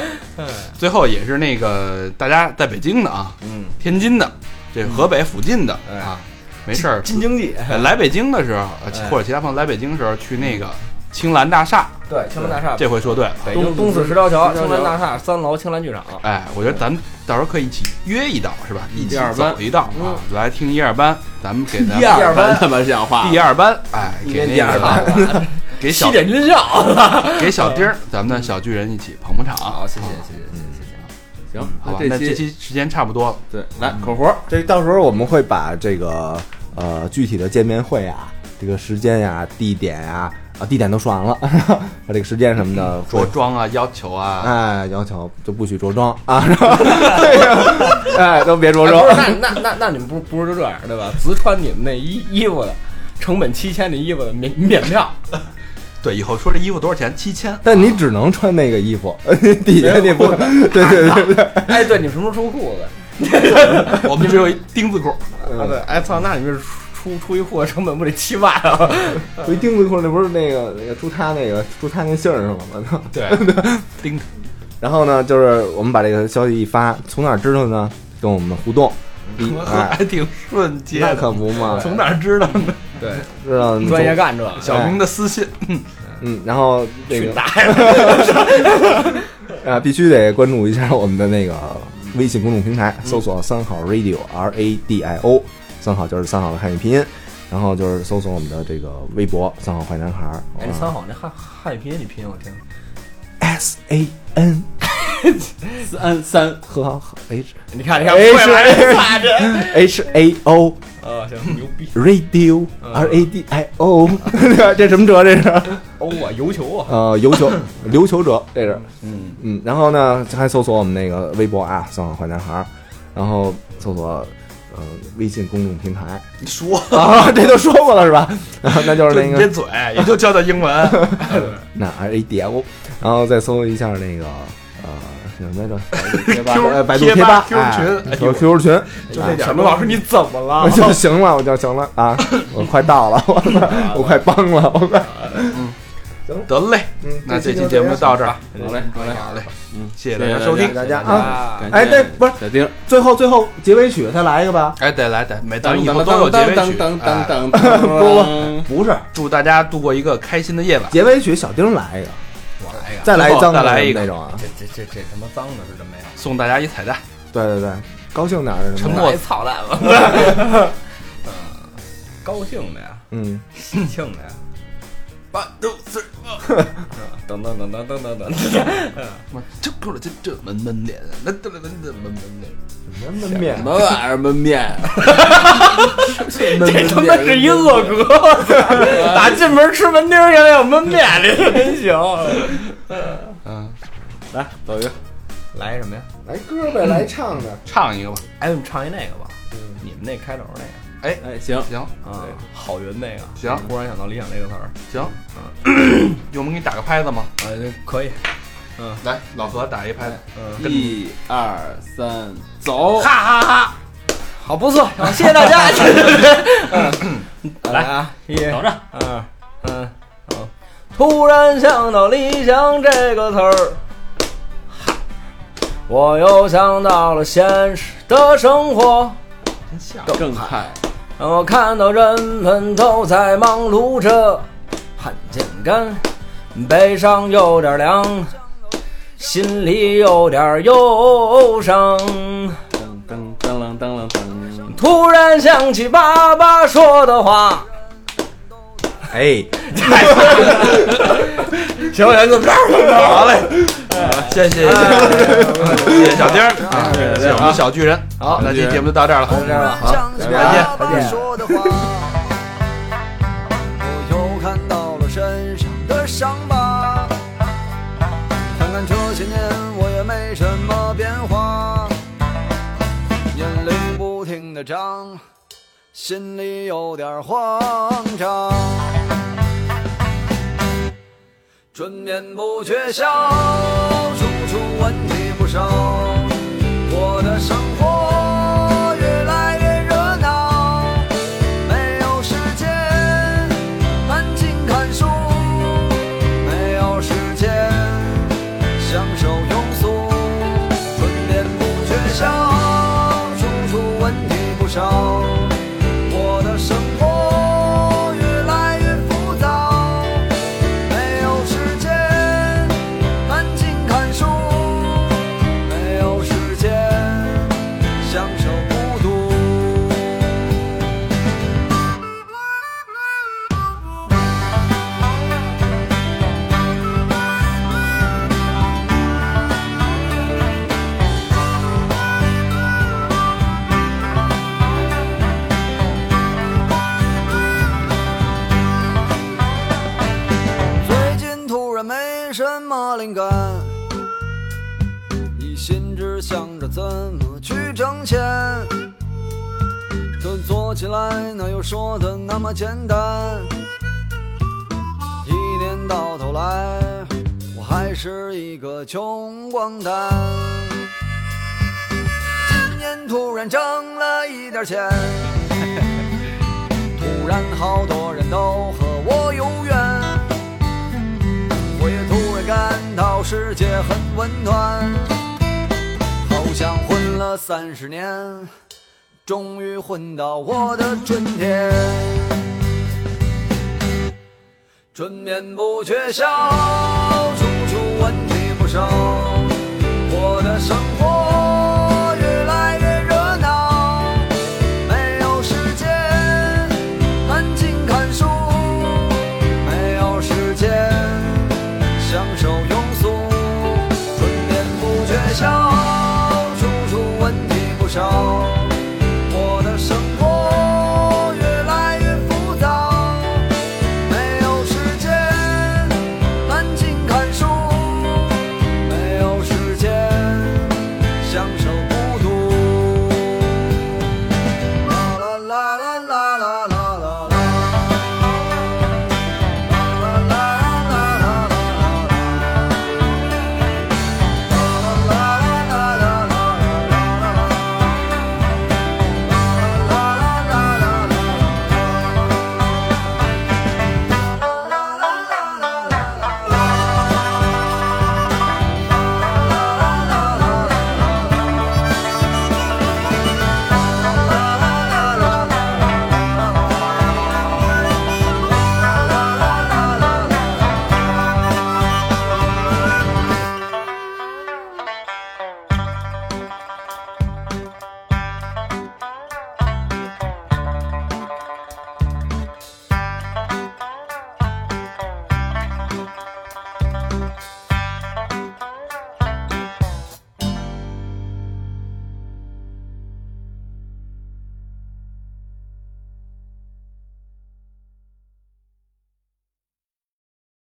Speaker 1: 最后也是那个大家在北京的啊，
Speaker 2: 嗯，
Speaker 1: 天津的，这河北附近的啊，没事儿
Speaker 2: 新经济。
Speaker 1: 呃来北京的时候，呃
Speaker 2: 哎
Speaker 1: 或者其他朋友来北京的时候去那个青蓝大厦，
Speaker 2: 对，青兰大厦，
Speaker 1: 这回说对了。
Speaker 2: 北京东四十条桥，啊青兰大厦三楼青兰剧场。
Speaker 1: 哎，我觉得咱们到时候可以一起约一道，是吧？一起
Speaker 4: 一二班
Speaker 1: 走一道啊，来听一二班，咱们给咱
Speaker 2: 一二班
Speaker 4: 他妈像话，
Speaker 1: 第二班，哎，给那
Speaker 2: 第二班
Speaker 1: 个 给
Speaker 2: 西
Speaker 1: 小
Speaker 2: 点军校。
Speaker 1: 给小丁儿，咱们的小巨人一起捧捧场。
Speaker 2: 好，谢谢谢谢谢谢谢谢。
Speaker 4: 行，
Speaker 1: 好吧，
Speaker 4: 那
Speaker 1: 那这
Speaker 4: 这
Speaker 1: 期时间差不多了，
Speaker 4: 对来口活儿，
Speaker 10: 这到时候我们会把这个呃具体的见面会啊，这个时间呀、地点呀、啊，地点都说完了， 把这个时间什么的
Speaker 1: 着
Speaker 10: 说。
Speaker 1: 装啊，要求啊，
Speaker 10: 哎，要求就不许着装啊！然 后这个哎，都别着
Speaker 2: 哎
Speaker 10: 装
Speaker 2: 不。是，那那那那你们不不是就这样对吧？只穿你们那衣衣服的，成本七千的衣服的免免票，
Speaker 1: 对，以后说这衣服多少钱？七千。
Speaker 10: 但你只能穿那个衣服， 底下你不， 对对对对，
Speaker 2: 哎，对，你们什么时候出裤子？
Speaker 1: 我们只有一钉子裤，
Speaker 2: 啊，对，哎操，那你们出出一货成本不得七万啊？
Speaker 10: 回钉子裤那不是那个那个出他那个出他那姓儿上了吗？
Speaker 1: 对， 钉。
Speaker 10: 然后呢，就是我们把这个消息一发，从哪儿知道呢？跟我们 互动，一哎，
Speaker 1: 还挺顺捷
Speaker 10: 那
Speaker 1: 的。
Speaker 10: 可不嘛，
Speaker 1: 从哪儿知道呢？
Speaker 10: 知道你
Speaker 2: 专业
Speaker 10: 从哎
Speaker 2: 干这个，
Speaker 1: 小明的私信，
Speaker 10: 嗯，然后这
Speaker 2: 去
Speaker 10: 个
Speaker 2: 打
Speaker 10: 啊，必须得关注一下我们的那个微信公众平台，搜索“三好 radio R A D I O”，三好就是三好的汉语拼音，然后就是搜索我们的这个微博“三好坏男孩儿”，
Speaker 2: 哎，你三好，那汉汉语拼音你拼我听。
Speaker 10: S A N
Speaker 4: 三三
Speaker 10: 和 H
Speaker 2: 你看，你看，
Speaker 10: 哎
Speaker 2: 不会玩
Speaker 10: 是
Speaker 2: 儿咋着？
Speaker 10: H A O
Speaker 2: 啊，行，牛 逼！
Speaker 10: radio R A D I O，这 什么辙？这是？
Speaker 2: 哦啊，油球啊，
Speaker 10: 呃，游 球留球者，这是，嗯嗯，然后呢，还搜索我们那个微博啊，三好坏男孩儿，然后搜索呃微信公众平台
Speaker 1: 你说
Speaker 10: 啊，这都说过了是吧？ 啊那就是
Speaker 1: 就
Speaker 10: 那
Speaker 1: 你这
Speaker 10: 个
Speaker 1: 嘴也就教教英 文，
Speaker 10: 那 R A D O，然后再搜一下那个呃叫什么来着？ 贴吧呃百度
Speaker 1: 贴吧
Speaker 10: 吧
Speaker 1: Q 群哎呦
Speaker 10: 有 Q 群
Speaker 1: 就这点
Speaker 2: 小
Speaker 1: 儿
Speaker 2: 明
Speaker 1: 东
Speaker 2: 老
Speaker 1: 西。
Speaker 2: 师你怎么了
Speaker 10: 我？ 就行了，我就行了 啊，我快到了，我我快崩了，我快，
Speaker 1: 得嘞，
Speaker 10: 嗯，
Speaker 1: 那这
Speaker 10: 这
Speaker 1: 期节目就到这儿，
Speaker 4: 好嘞，好嘞，
Speaker 1: 好嘞，
Speaker 4: 嗯，
Speaker 1: 谢谢大家收
Speaker 10: 谢
Speaker 1: 听
Speaker 10: 谢。大家啊，
Speaker 2: 啊，
Speaker 10: 哎对不是
Speaker 4: 小丁儿，
Speaker 10: 最后最后结尾曲再来一个吧。
Speaker 1: 哎，得来得，每咱们以后都有结尾曲。
Speaker 4: 当当
Speaker 1: 哎
Speaker 2: 啊
Speaker 4: 当当当
Speaker 1: 嗯
Speaker 4: 当，
Speaker 10: 不是，
Speaker 1: 祝大家度过一个开心的夜晚。
Speaker 10: 结尾曲小丁来一个，
Speaker 2: 我来一个，
Speaker 10: 再来一脏的
Speaker 1: 哦再来一个
Speaker 10: 那种啊。
Speaker 2: 这这这这他妈脏的是真没有。
Speaker 1: 送大家一彩蛋，
Speaker 10: 对对对，高兴点儿是什
Speaker 1: 沉
Speaker 10: 么的？
Speaker 1: 默
Speaker 2: 哎操蛋吧！嗯， 高兴的呀，
Speaker 10: 嗯，
Speaker 2: 喜庆的呀，八六四，等等等等等等 等，
Speaker 1: 这够了，这这门门脸，啊那得了，那得门门脸。
Speaker 10: 什
Speaker 1: 嗯
Speaker 10: 么面
Speaker 4: 什么玩意儿焖面？
Speaker 2: 这他妈是一恶格， 打进门吃门钉儿，现在有焖面这真行。
Speaker 1: 嗯，
Speaker 10: 来走一个，
Speaker 2: 来什么呀？
Speaker 10: 来歌呗，来唱的。
Speaker 1: 唱一个吧。
Speaker 2: 哎，我们唱一那个吧，你们那开头那
Speaker 4: 哎，行，
Speaker 1: 行
Speaker 2: 个嗯啊，郝云那个。
Speaker 1: 行
Speaker 2: 忽然想到理想这个词儿，
Speaker 1: 行，嗯 用我们给你打个拍子吗？
Speaker 2: 啊，那可以，
Speaker 1: 来，老何打一拍子。
Speaker 4: 一二三，走。
Speaker 2: 哈哈哈，好不错，好谢谢大家。 嗯，来啊，一，
Speaker 8: 等着，
Speaker 2: 二，嗯，好。突然想到“理想”这个词儿，我又想到了现实的生活。
Speaker 4: 正派，
Speaker 2: 让我看到人们都在忙碌着，汗见干，背上有点凉，心里有点忧伤。
Speaker 4: 当当当啷当啷当。
Speaker 2: 突然想起爸爸说的话，
Speaker 15: 哎，
Speaker 16: 行，咱就告诉好嘞，
Speaker 4: 谢谢谢谢谢谢小丁儿，
Speaker 1: 啊，谢谢我们小巨人。好，那这节目就到这儿了，
Speaker 16: 就这样了，好。
Speaker 2: 讲着爸爸说的话。我又看到了身上的伤疤，看看这些年我也没什么变化，年龄不停的长，心里有点慌张。春眠不觉晓，处处问题不少，我的生活越来越热闹，没有时间安静看书，没有时间享受庸俗。春眠不觉晓，处处问题不少，我的生活越来越浮躁，没有时间安静看书，没有时间享受孤独。最近突然没什么灵感，一心只想着怎么去挣钱。可做起来哪有说的那么简单？一年到头来，我还是一个穷光蛋。今年突然挣了一点钱， 突然好多人都和我有缘。我也突然感到世界很温暖，好像混了三十年，终于混到我的春天。春眠不觉晓，处处问题不少，我的生活越来越热闹，没有时间安静看书，没有时间。享受庸俗，春眠不觉晓，处处问题不少。我的生活越来越浮躁，没有时间安静看书，没有时间享受孤独。啦啦啦啦啦啦啦。